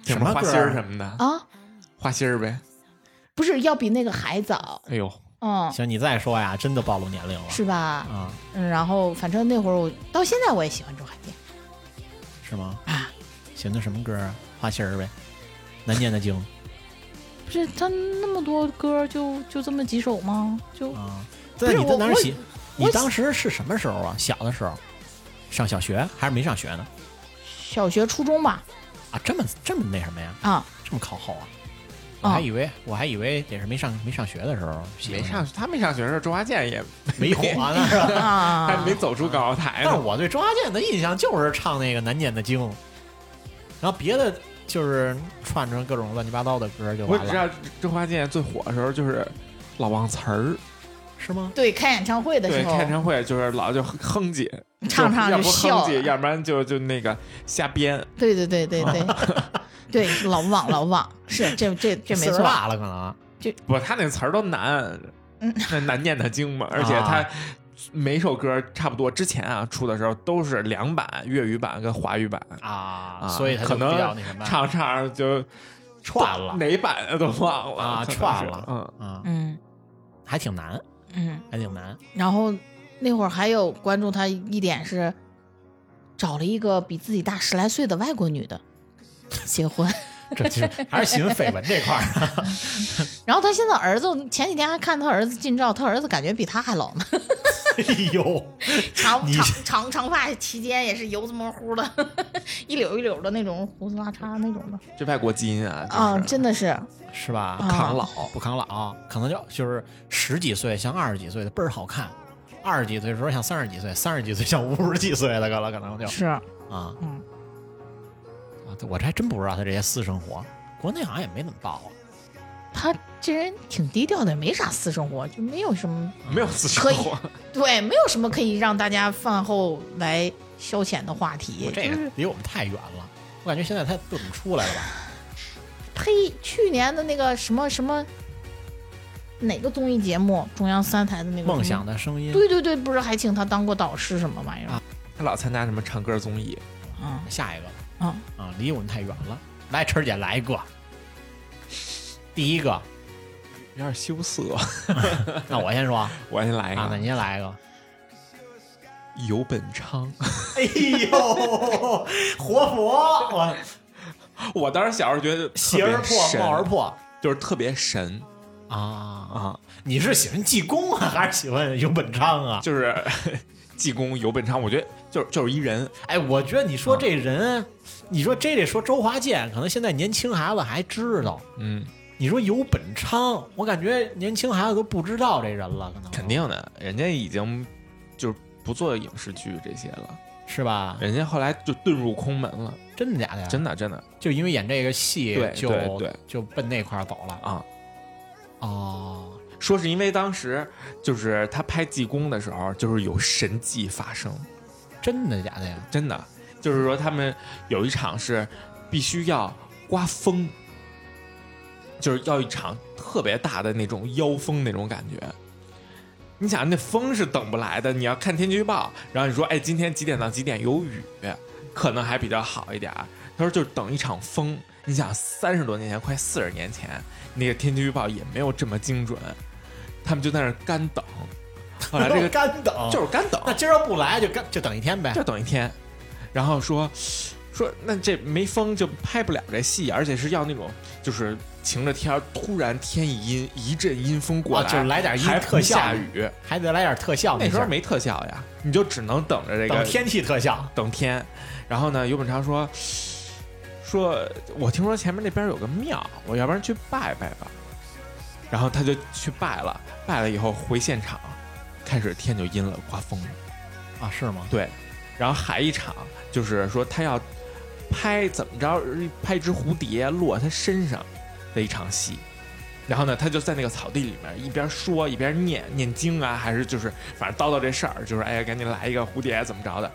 Speaker 1: 什
Speaker 2: 什
Speaker 1: 么
Speaker 2: 花
Speaker 1: 歌
Speaker 2: 心
Speaker 1: 儿
Speaker 2: 儿什么的，
Speaker 3: 啊，
Speaker 2: 花心儿呗。
Speaker 3: 不是要比那个还早，
Speaker 2: 哎呦，
Speaker 3: 嗯，
Speaker 1: 行，你再说呀，真的暴露年龄了。
Speaker 3: 是吧？
Speaker 1: 啊，
Speaker 3: 嗯，然后反正那会儿我到现在我也喜欢周华健
Speaker 1: 是吗？
Speaker 3: 啊，
Speaker 1: 选的什么歌啊？花心儿呗，难念的经
Speaker 3: 不是他那么多歌就就这么几首吗？就
Speaker 1: 啊。
Speaker 3: 不
Speaker 1: 对，
Speaker 3: 是
Speaker 1: 你在哪儿
Speaker 3: 我
Speaker 1: 写？
Speaker 3: 我
Speaker 1: 你当时是什么时候啊？小的时候，上小学还是没上学呢？
Speaker 3: 小学初中 (laughs) 吧，
Speaker 1: 啊，这么这么那什么呀？
Speaker 3: 啊，
Speaker 1: 这么靠后啊？我还以为我还以为得是没上没上学的时候喜欢
Speaker 2: 没上他没上学的时候，周华健也
Speaker 1: 没红啊，那
Speaker 2: (laughs)
Speaker 1: 是。
Speaker 2: 还
Speaker 3: 啊
Speaker 2: 没走出港澳台
Speaker 1: 但是
Speaker 2: 呢。
Speaker 1: 我对周华健的印象就是唱那个难念的经，然后别的就是串着各种乱七八糟的歌就
Speaker 2: 我
Speaker 1: 完
Speaker 2: 只知
Speaker 1: 了，
Speaker 2: 道周华健最火的时候就是老忘词儿，
Speaker 1: 是吗？
Speaker 3: 对，开演唱会的
Speaker 2: 对，
Speaker 3: 时候，
Speaker 2: 开演唱会就是老就哼唧，
Speaker 3: 唱
Speaker 2: 就
Speaker 3: 唱
Speaker 2: 要不哼
Speaker 3: 笑
Speaker 2: 唧，
Speaker 3: (laughs) 了，
Speaker 2: 要不然就就那个瞎编。
Speaker 3: 对对对对对对，老忘老忘，是这这这没
Speaker 1: 岁数
Speaker 3: 错， (laughs)
Speaker 1: 大了可能。
Speaker 2: 不，他那词儿都难，
Speaker 3: 嗯
Speaker 2: 那难念的经嘛。而且他
Speaker 1: 啊
Speaker 2: 每首歌差不多之前啊出的时候都是两版粤语版跟华语版，
Speaker 1: 啊，
Speaker 2: 啊
Speaker 1: 所以他就
Speaker 2: 可
Speaker 1: 比
Speaker 2: 能
Speaker 1: 较那什么，
Speaker 2: 唱唱就
Speaker 1: 串了
Speaker 2: 哪版的都忘了
Speaker 1: 啊
Speaker 2: 可能是
Speaker 1: 串了
Speaker 2: 嗯，
Speaker 1: 啊，
Speaker 3: 嗯
Speaker 1: 还挺难，
Speaker 3: 嗯，
Speaker 1: 还挺难
Speaker 3: 然后那会儿还有关注他一点是，找了一个比自己大十来岁的外国女的结婚，
Speaker 1: (laughs)
Speaker 3: (laughs)
Speaker 1: 这其实还是喜欢绯闻这块儿啊 (laughs) 呢。
Speaker 3: 然后他现在儿子前几天还看他儿子近照，他儿子感觉比他还老呢，
Speaker 1: 哎呦，
Speaker 3: 长
Speaker 1: 你
Speaker 3: 长长长发期间也是油滋模糊的， (laughs) 一绺一绺的那种胡子拉碴那种的，
Speaker 2: 这外国基因啊，
Speaker 3: 啊，
Speaker 2: 就是
Speaker 3: 真的是，
Speaker 1: 是吧？
Speaker 3: 啊，
Speaker 2: 抗老。
Speaker 1: 不抗老，可能就就是十几岁像二十几岁的倍儿好看，二十几岁的时候像三十几岁，三十几岁像五十几岁的可了，可能就是啊
Speaker 3: 嗯，
Speaker 1: 啊，我这还真不知道他这些私生活，国内好像也没怎么报啊
Speaker 3: 他这人挺低调的，没啥私生活，就没有什么
Speaker 2: 没有啊私生
Speaker 3: 可以
Speaker 2: 活，
Speaker 3: 对，没有什么可以让大家饭后来消遣的话题
Speaker 1: 啊，。这
Speaker 3: 就
Speaker 1: 个
Speaker 3: 是嗯
Speaker 1: 离我们太远了。我感觉现在他不怎么出来了吧？
Speaker 3: 呸，去年的那个什么什么哪个综艺节目，中央三台的那个
Speaker 1: 梦想
Speaker 3: 综
Speaker 1: 的声
Speaker 3: 艺。
Speaker 1: 音，
Speaker 3: 对对对，不是还请他当过导师什么玩意儿？
Speaker 1: 啊
Speaker 2: (laughs) 他老参加什么唱歌综艺，
Speaker 3: 嗯
Speaker 1: 下一个
Speaker 3: 嗯，
Speaker 1: 啊，离我们太远了。来，晨儿姐来一个，第一个，
Speaker 2: 有点羞涩。啊
Speaker 1: 那我先说啊，
Speaker 2: 我先来一
Speaker 1: 那
Speaker 2: 个
Speaker 1: 你先来一个。
Speaker 2: 游本昌，
Speaker 1: 哎呦，活佛，我
Speaker 2: (laughs) 我当时小时候觉得
Speaker 1: 邪而破，
Speaker 2: 特别
Speaker 1: 貌而
Speaker 2: 神，
Speaker 1: 破
Speaker 2: 就是特别神
Speaker 1: 啊！
Speaker 2: 啊，
Speaker 1: 你是喜欢济公啊， (laughs) 还是喜欢游本昌啊？
Speaker 2: 就是 (laughs) 济公游本昌，我觉得就是就是一人，
Speaker 1: 哎，我觉得你
Speaker 2: 啊
Speaker 1: 说这人，你说 J J 说周华健，可能现在年轻孩子还知道。
Speaker 2: 嗯，
Speaker 1: 你说游本昌，我感觉年轻孩子都不知道这人了，可能
Speaker 2: 肯定的，人家已经就是不做影视剧这些了，
Speaker 1: 是吧？
Speaker 2: 人家后来就遁入空门了，
Speaker 1: 真的假的呀？
Speaker 2: 真的真的
Speaker 1: 就因为演这个戏
Speaker 2: 对
Speaker 1: 就
Speaker 2: 对对
Speaker 1: 就奔那块儿走了
Speaker 2: 啊，
Speaker 1: 哦，
Speaker 2: 说是因为当时就是他拍济公的时候，就是有神迹发生，
Speaker 1: 真的假的呀？
Speaker 2: 真的就是说他们有一场是必须要刮风，就是要一场特别大的那种妖风那种感觉。你想那风是等不来的，你要看天气预报，然后你说哎今天几点到几点有雨，可能还比较好一点儿。他说就是等一场风，你想三十多年前，快四十年前，那个天气预报也没有这么精准，他们就在那儿干等。后来这
Speaker 1: (laughs)
Speaker 2: 个
Speaker 1: 干等
Speaker 2: 就是干等，
Speaker 1: 那今儿不来就干就等一天
Speaker 2: (laughs)
Speaker 1: 呗
Speaker 2: 就。等一天，然后说说那这没风就拍不了这戏，而且是要那种就是晴着天儿，突然天一阴，一阵阴风过
Speaker 1: 啊，
Speaker 2: 来，
Speaker 1: 就是来点阴
Speaker 2: 还
Speaker 1: 特
Speaker 2: 不
Speaker 1: 效，
Speaker 2: 下雨，
Speaker 1: 还得来点特效。
Speaker 2: 那时候
Speaker 1: 没
Speaker 2: 没特效呀，你就只能等着这个
Speaker 1: 等天气特效，
Speaker 2: 等天。然后呢，尤本昌说说，我听说前面那边有个庙，我要不然去拜拜吧。然后他就去拜了，拜了以后回现场，开始天就阴了，刮风了。
Speaker 1: 啊，是吗？
Speaker 2: 对，然后还一场就是说他要拍怎么着，拍一只蝴蝶落他身上的一场戏。然后呢，他就在那个草地里面一边说一边念念经啊，还是就是反正叨叨这事儿，就是哎呀，赶紧来一个蝴蝶怎么着的。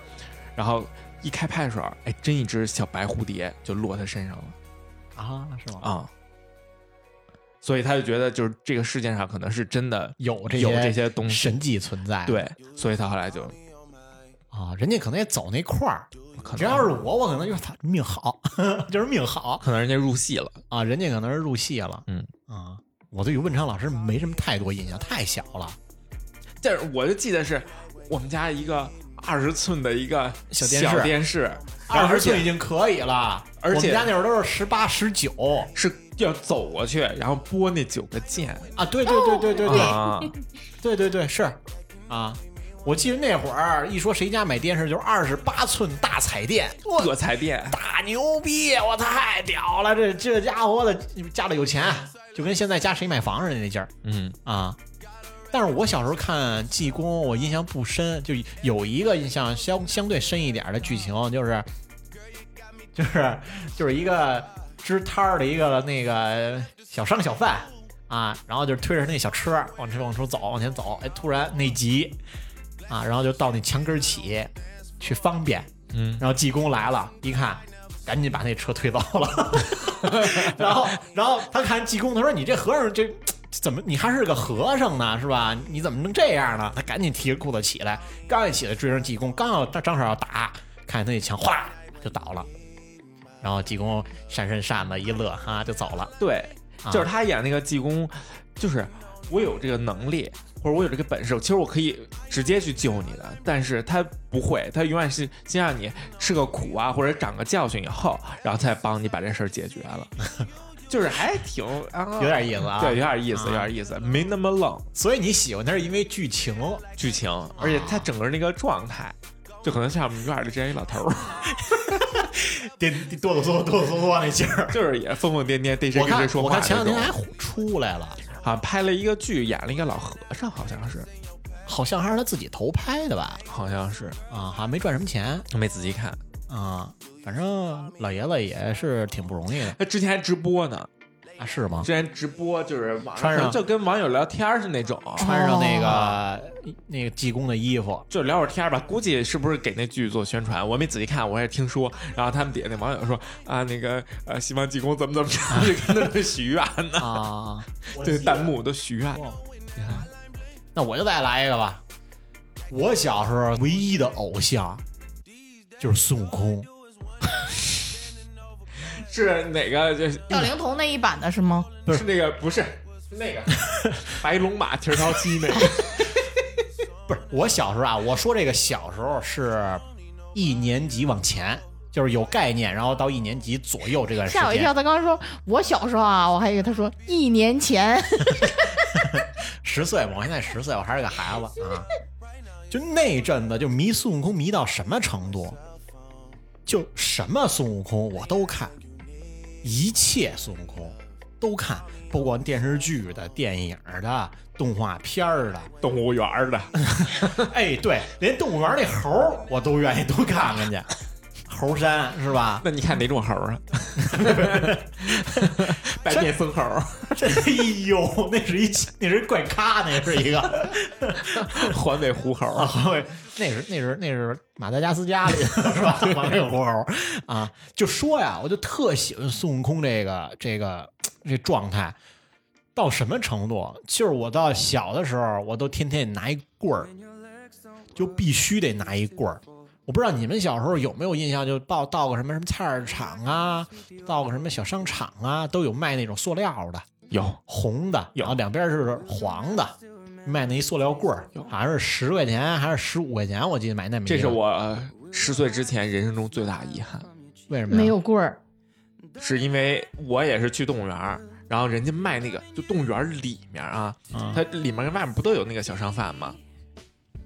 Speaker 2: 然后一开拍的时候，哎，真一只小白蝴蝶就落他身上了。
Speaker 1: 啊，是吗？
Speaker 2: 啊、所以他就觉得就是这个世界上可能是真的
Speaker 1: 有这嗯
Speaker 2: 有这些东西，
Speaker 1: 神迹存在。
Speaker 2: 对，所以他后来就
Speaker 1: 啊，人家可能也走那块儿。
Speaker 2: 可
Speaker 1: 这要是
Speaker 2: 能
Speaker 1: 我，我可能就是他命好， (laughs) 就是命好
Speaker 2: 可能人家入戏了，
Speaker 1: 啊，人家可能是入戏了。
Speaker 2: 嗯
Speaker 1: 啊，我对于问昌老师没什么太多印象，太小了。
Speaker 2: 但是我就记得是我们家一个二十寸的一个
Speaker 1: 小电视
Speaker 2: 视然
Speaker 1: 二
Speaker 2: 后而
Speaker 1: 十岁已
Speaker 2: 且
Speaker 1: 经可以了，
Speaker 2: 而且
Speaker 1: 我们家那会儿都是十八、十九
Speaker 2: 是要走过去，然后拨那九个键
Speaker 1: 啊。对对对对对对、 (laughs)
Speaker 2: 啊，
Speaker 1: 对对对，是啊。我记得那会儿一说谁家买电视，就是二十八寸大彩电，
Speaker 2: 各彩电。
Speaker 1: 大牛逼！我太屌了，这这家伙的家里有钱，啊就跟现在家谁买房似的那劲儿
Speaker 2: 嗯，
Speaker 1: 啊。但是我小时候看《济公》，我印象不深，就有一个印象相相对深一点的剧情，就是就是就是一个支摊儿的一个那个小商小贩啊，然后就推着那小车往前往出走，往前走，哎，突然内急啊，然后就到那墙根儿起去方便，
Speaker 2: 嗯，
Speaker 1: 然后济公来了，一看，赶紧把那车推走了。 (laughs) 然后，然后他看济公，他说：“你这和尚这怎么？你还是个和尚呢，是吧？你怎么能这样呢？”他赶紧提着裤子起来，刚一起来追上济公，刚要张手要打，看见他那枪哗就倒了。然后济公闪身扇子一乐，哈就走了。
Speaker 2: 对，
Speaker 1: 啊
Speaker 2: 就是他演那个济公，就是我有这个能力，或者我有这个本事，其实我可以直接去救你的，但是他不会，他永远是先让你吃个苦啊，或者长个教训以后，然后再帮你把这事儿解决了， (laughs) 就是还挺啊，
Speaker 1: 有点意思啊
Speaker 2: 对，有点意思，
Speaker 1: 啊
Speaker 2: 有点意思，没那么愣
Speaker 1: 所以你喜欢他是因为剧情，
Speaker 2: 剧情，而且他整个那个状态。就可能像我们院里这样一老头
Speaker 1: (laughs)
Speaker 2: 儿，
Speaker 1: 得得哆哆嗦嗦哆哆嗦嗦那劲儿。
Speaker 2: 就是也疯疯癫癫，对谁
Speaker 1: 我
Speaker 2: 跟谁
Speaker 1: 看
Speaker 2: 说
Speaker 1: 我
Speaker 2: 话
Speaker 1: 看
Speaker 2: 这
Speaker 1: 前
Speaker 2: 种。
Speaker 1: 两天还出来了，
Speaker 2: 啊，拍了一个剧，演了一个老和尚，好像是，
Speaker 1: 好像还是他自己投拍的吧？
Speaker 2: 好像是，
Speaker 1: 啊，好像没赚什么钱。
Speaker 2: 没仔细看。
Speaker 1: 啊、反正老爷子也是挺不容易的
Speaker 2: 他之前还直播呢，
Speaker 1: 啊，是吗
Speaker 2: 之？前直播就是网
Speaker 1: 穿上
Speaker 2: 就跟网友聊天儿是那种，
Speaker 1: 穿上那个、那个济公的衣服，
Speaker 2: 就聊会儿天儿吧。估计是不是给那剧做宣传？我没仔细看，我也听说。然后他们底下那网友说啊，那个呃，希望济公怎么怎么着，就跟那许愿
Speaker 1: (laughs)
Speaker 2: 呢。
Speaker 1: 啊，
Speaker 2: 这个弹幕都许愿，
Speaker 1: 那我就再来一个吧。我小时候唯一的偶像就是孙悟空，
Speaker 2: 是哪个？就是
Speaker 3: 赵灵童那一版的是吗？
Speaker 1: 不是
Speaker 2: 是那个不是。是那个 (laughs) 白龙马蹄儿桃七那个，
Speaker 1: (laughs) 不是我小时候啊，我说这个小时候是一年级往前，就是有概念，然后到一年级左右这段时
Speaker 3: 吓我一
Speaker 1: 间
Speaker 3: 跳！，他刚说我小时候啊，我还以为他说一年前。
Speaker 1: 十岁嘛，我现在十岁，我还是个孩子啊。就那阵子就迷孙悟空迷到什么程度，就什么孙悟空我都看，一切孙悟空都看，不管电视剧的、电影的、动画片儿的，
Speaker 2: 动物园儿的，
Speaker 1: 哎，对，连动物园那猴儿我都愿意都看看去，猴山是吧？
Speaker 2: (laughs) 那你看哪种猴儿啊？百变松猴，
Speaker 1: 哎呦，那是一那是一怪咖，那是一个，
Speaker 2: 啊环尾狐猴，
Speaker 1: 那是那是那是马达加斯加里的 (laughs) 是吧？马这个活猴啊，就说呀，我就特喜欢孙悟空这个这个这状态，到什么程度？就是我到小的时候，我都天天拿一棍儿，就必须得拿一棍儿。我不知道你们小时候有没有印象，就到到个什么什么菜市场啊，到个什么小商场啊，都有卖那种塑料的。
Speaker 2: 有
Speaker 1: 红的，
Speaker 2: 有
Speaker 1: 然后两边是黄的，卖那一塑料棍儿，好像是十块钱还是十五块钱，我记得买那没了。
Speaker 2: 这是我呃十岁之前人生中最大遗憾，
Speaker 1: 为什么呀
Speaker 3: 没有棍儿，
Speaker 2: 是因为我也是去动物园儿，然后人家卖那个就动物园儿里面啊，
Speaker 1: 啊
Speaker 2: 它里面跟外面不都有那个小商贩吗？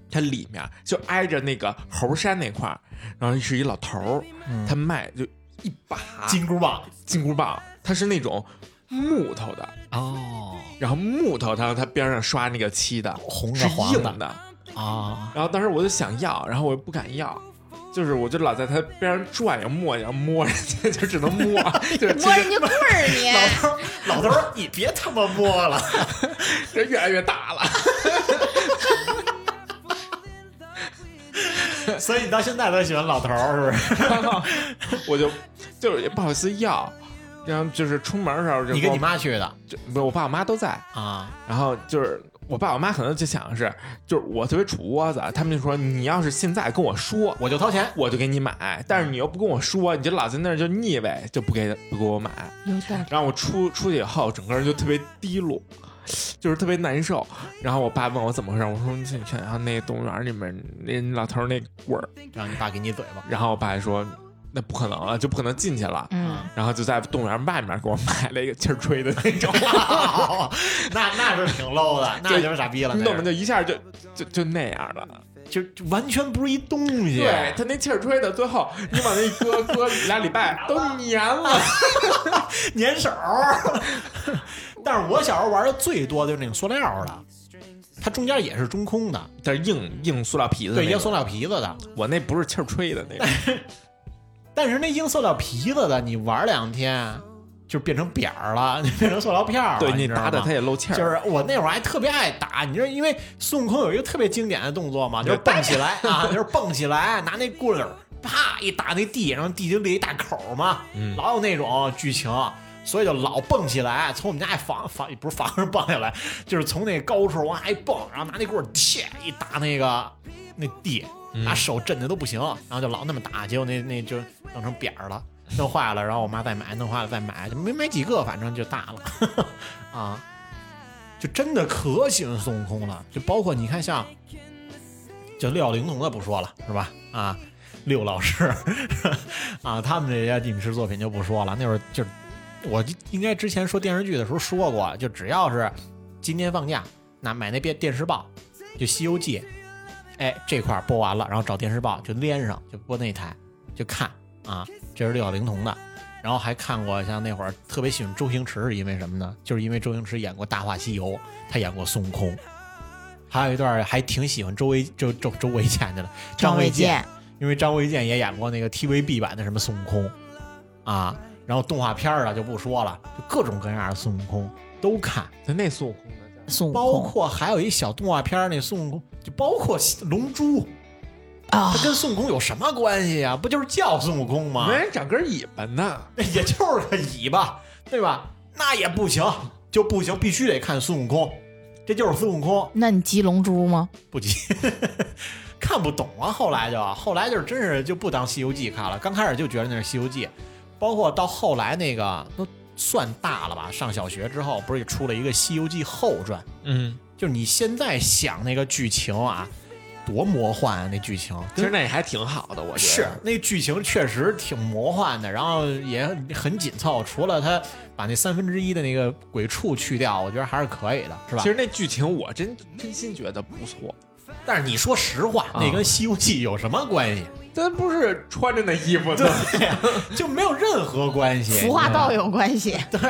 Speaker 2: 它里面就挨着那个猴山那块儿，然后是一老头儿，他卖就一把
Speaker 1: 金箍棒？
Speaker 2: 嗯金箍棒，它是那种木头的，
Speaker 1: 哦，
Speaker 2: 然后木头它它边上刷那个漆的，
Speaker 1: 红的
Speaker 2: 是
Speaker 1: 黄
Speaker 2: 硬
Speaker 1: 的
Speaker 2: 的，
Speaker 1: 啊，
Speaker 2: 然后当时我就想要，然后我又不敢要，就是我就老在他边上转悠摸悠摸人家， (laughs) 就只能
Speaker 1: (laughs)
Speaker 2: 摸，就是
Speaker 3: 摸
Speaker 2: 其
Speaker 3: 人家棍儿你。
Speaker 1: 头儿，老头儿，你别他妈摸了，
Speaker 2: 实人越来越大了。
Speaker 1: 所以你到现在都喜欢老头儿，是不是？
Speaker 2: 然后我就就是也不好意思要，然后就是出门的时候就
Speaker 1: 你跟
Speaker 2: 我
Speaker 1: 你妈去的
Speaker 2: 就不是我爸我妈都在，
Speaker 1: 啊？
Speaker 2: 然后就是我爸我妈可能就想的是，就是我特别杵窝子，啊他们就说你要是现在跟我说，
Speaker 1: 我就掏钱，
Speaker 2: 我就给你买，但是你又不跟我说，你就老在那儿就腻歪，就不给不给我买。
Speaker 3: 有点
Speaker 2: 然后我出出去以后，整个人就特别低落，就是特别难受。然后我爸问我怎么回事，我说你想想想那动物园里面那老头那棍儿。
Speaker 1: 让你爸给你嘴巴。
Speaker 2: 然后我爸还说那不可能啊，就不可能进去了。
Speaker 3: 嗯，
Speaker 2: 然后就在动物园外面给我买了一个气儿吹的那 (laughs) 种，
Speaker 1: 哇 (laughs) 那那是挺 low 的，那就是傻逼了，
Speaker 2: 你懂吗？
Speaker 1: 那
Speaker 2: 就是一下就就就那样了。
Speaker 1: 就就完全不是一东西。
Speaker 2: 对他那气儿吹的，最后你往那一搁，搁俩礼拜都粘了。 (laughs)
Speaker 1: 粘手儿。 (laughs) 但是我小时候玩的最多的就是那种塑料的，它中间也是中空的，
Speaker 2: 它是硬硬塑料皮子，
Speaker 1: 对，硬塑。料皮子的。
Speaker 2: 我那不是气儿吹的那个，
Speaker 1: 但是那硬塑料皮子的，你玩两天就变成扁儿了， (laughs) 就变成塑料片儿了。
Speaker 2: 对
Speaker 1: 你
Speaker 2: 啊你
Speaker 1: 知道
Speaker 2: 打打
Speaker 1: 吗
Speaker 2: 它也漏气儿。
Speaker 1: 就是我那会儿还特别爱打，你知道，因为孙悟空有一个特别经典的动作嘛，就
Speaker 2: 对
Speaker 1: 是蹦起来啊，就是蹦起来，拿那棍儿啪一打那地，然后地就裂一大口嘛，
Speaker 2: 嗯
Speaker 1: 老有那种剧情，所以就老蹦起来，从我们家一房房不是房 (laughs) 上蹦下来，就是从那高处往下一蹦，然后拿那棍儿切一打那个那地，拿手震的都不行，然后就老那么打，结果那那就弄成扁儿了。弄坏了，然后我妈再买，弄坏了再买，就没买几个，反正就大了 (laughs) 啊。就真的可喜欢孙悟空了。就包括你看像，就六小龄童的不说了，是吧？啊，六老师啊，他们这些影视作品就不说了。那会儿就是我应该之前说电视剧的时候说过，就只要是今天放假，那买那电电视报，就《西游记》，哎，这块儿播完了，然后找电视报就连上，就播那台就看啊，这是六小龄童的。然后还看过像那会儿特别喜欢周星驰，是因为什么呢？就是因为周星驰演过《大话西游》，他演过孙悟空，还有一段还挺喜欢周维周周周维健的了，张卫
Speaker 3: 卫
Speaker 1: 健，，因为张卫健也演过那个 TVB 版的什么孙悟空啊，然后动画片儿啊就不说了，就各种各样的孙悟空都看，
Speaker 2: 它那孙悟空的叫
Speaker 3: 孙悟
Speaker 1: 包
Speaker 3: 空
Speaker 1: 括还有一小动画片儿那孙悟空，就包括龙珠，
Speaker 3: 啊
Speaker 1: 它，跟孙悟空有什么关系呀、不就是叫孙悟空吗？
Speaker 2: 没人长根尾巴呢。
Speaker 1: 那也就是个尾巴，对吧？那也不行，就不行，必须得看孙悟空，这就是孙悟空，
Speaker 3: 那你集龙珠吗？
Speaker 1: 不急， (laughs) 看不懂啊。后来就后来就是真是就不当《西游记》看了，刚开始就觉得那是《西游记》，包括到后来那个都算大了吧，上小学之后不是也出了一个《西游记后传》，
Speaker 2: 嗯，
Speaker 1: 就是你现在想那个剧情啊，多魔幻啊那剧情，
Speaker 2: 其实那也还挺好的，我觉
Speaker 1: 是
Speaker 2: 得。
Speaker 1: 那剧情确实挺魔幻的，然后也很紧凑。除了他把那三分之一的那个鬼畜去掉，我觉得还是可以的，是吧？
Speaker 2: 其实那剧情我真真心觉得不错，
Speaker 1: 但是你说实话，
Speaker 2: 啊
Speaker 1: 那跟《西游记》有什么关系？
Speaker 2: 咱不是穿着那衣服呢，
Speaker 1: 就没有任何关系。
Speaker 2: (laughs)
Speaker 3: 服化道有关系，
Speaker 1: 对，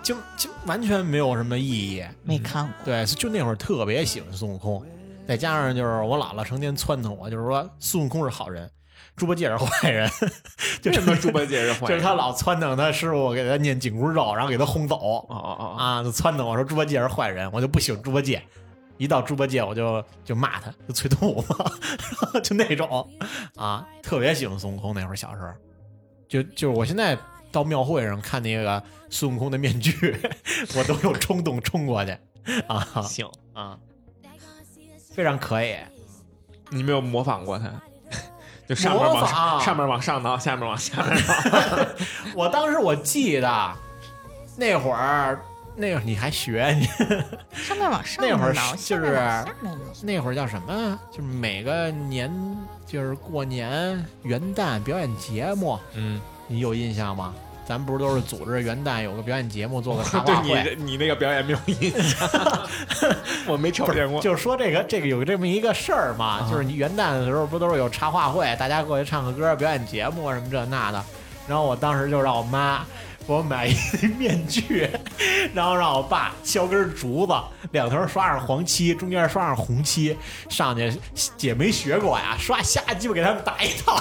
Speaker 1: 就就完全没有什么意义。
Speaker 3: 没看过。
Speaker 1: 对，就那会儿特别喜欢孙悟空，再加上就是我姥姥成天撺掇我，就是说孙悟空是好人，猪八戒是坏人， (laughs) 就
Speaker 2: (laughs) 为
Speaker 1: 是
Speaker 2: 什么猪八戒是坏人？
Speaker 1: 就是他老撺掇他师傅给他念紧箍咒，然后给他轰走
Speaker 2: 哦哦哦，
Speaker 1: 啊，就撺掇我说猪八戒是坏人，我就不喜欢猪八戒。一到猪八戒，我就就骂他，就催吐嘛， (laughs) 就那种啊，特别喜欢孙悟空。那会儿小时候，就就是我现在到庙会上看那个孙悟空的面具， (laughs) 我都有冲动冲过去啊
Speaker 2: 行，
Speaker 1: 啊，非常可以。
Speaker 2: 你没有模仿过 (laughs) 他，就上面
Speaker 1: 模
Speaker 2: 往
Speaker 1: 仿
Speaker 2: 上上面往上挠，下面往下面 (laughs) 挠。
Speaker 1: 我当时我记得那会儿，那会儿你还学你
Speaker 3: 上面往上
Speaker 1: 那会儿
Speaker 3: 挠
Speaker 1: 就是
Speaker 3: 下面往下面挠
Speaker 1: 那会儿叫什么？啊就是每个年，就是过年元旦表演节目，
Speaker 2: 嗯，
Speaker 1: 你有印象吗？咱不是都是组织元旦有个表演节目，做个茶话
Speaker 2: 哦对
Speaker 1: 会？
Speaker 2: 你你那个表演没有印象， (laughs) 我没瞅
Speaker 1: 不
Speaker 2: 见
Speaker 1: 是，
Speaker 2: 过。
Speaker 1: 就是说这个这个有这么一个事儿嘛，
Speaker 2: 啊
Speaker 1: 就是你元旦的时候不都是有茶话会，大家过去唱个歌、表演节目啊什么这那的。然后我当时就让我妈给我买一面具，然后让我爸削根竹子，两头刷上黄漆，中间刷上红漆，上去姐没学过呀，刷瞎鸡巴给他们打一套。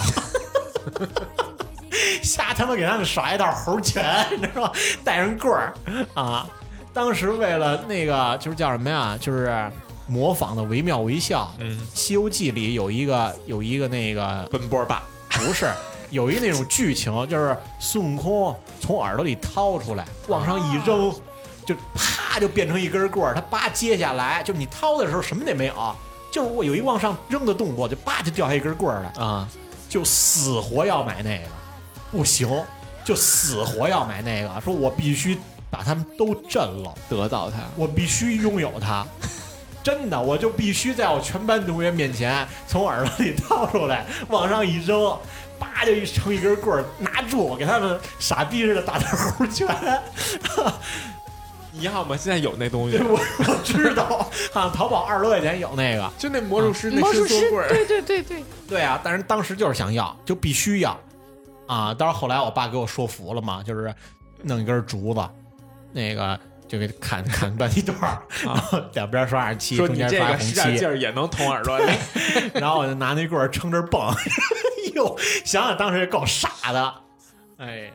Speaker 1: (laughs) 瞎他妈给他们耍一道猴拳，你知道吗？带上棍儿啊！当时为了那个就是叫什么呀？就是模仿的惟妙惟肖。
Speaker 2: 嗯
Speaker 1: 《西游记》里有一个有一个那个
Speaker 2: 奔波吧，
Speaker 1: 不是有一那种剧情，就是孙悟空从耳朵里掏出来，往上一扔，就啪就变成一根棍儿，他叭接下来，就是你掏的时候什么也没有，就是我有一往上扔的动作，就叭就掉下一根棍儿来。
Speaker 2: 啊，
Speaker 1: 就死活要买那个，不行，就死活要买那个，说我必须把他们都震了，
Speaker 2: 得到他，
Speaker 1: 我必须拥有它。真的，我就必须在我全班同学面前从耳朵里掏出来，往上一扔，叭就一成一根棍儿拿住，给他们傻逼似的打打猴拳。
Speaker 2: 你好吗？现在有那东西
Speaker 1: 对，，我 (laughs) 我知道，好像淘宝二十多块钱有那个。
Speaker 2: 就那魔术师那
Speaker 3: 嗯魔术
Speaker 2: 伸缩
Speaker 3: 师
Speaker 2: 棍，儿，
Speaker 3: 对对对对，
Speaker 1: 对啊，但是当时就是想要，就必须要啊！当然后来我爸给我说服了嘛，就是弄一根竹子，那个就给砍砍断一段儿，然后 (laughs) 两边刷上漆，
Speaker 2: 啊说
Speaker 1: 中
Speaker 2: 你
Speaker 1: 间
Speaker 2: 这
Speaker 1: 刷
Speaker 2: 个
Speaker 1: 红
Speaker 2: 使点劲
Speaker 1: 漆，
Speaker 2: 儿也能捅耳
Speaker 3: (laughs)
Speaker 2: 朵里。
Speaker 1: 然后我就拿那棍儿撑着蹦。 (laughs) 哟，想想当时也够傻的，哎，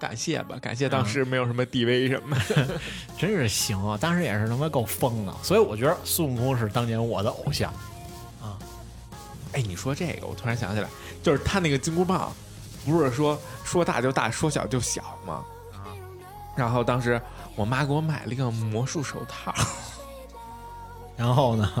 Speaker 2: 感谢吧，感谢当时没有什么 DV 什么的。
Speaker 1: 真是行啊！当时也是他妈够疯的，所以我觉得孙悟空是当年我的偶像。
Speaker 2: 哎，你说这个，我突然想起来，就是他那个金箍棒，不是说说大就大，说小就小吗？
Speaker 1: 啊，
Speaker 2: 然后当时我妈给我买了一个魔术手套，
Speaker 1: 然后呢？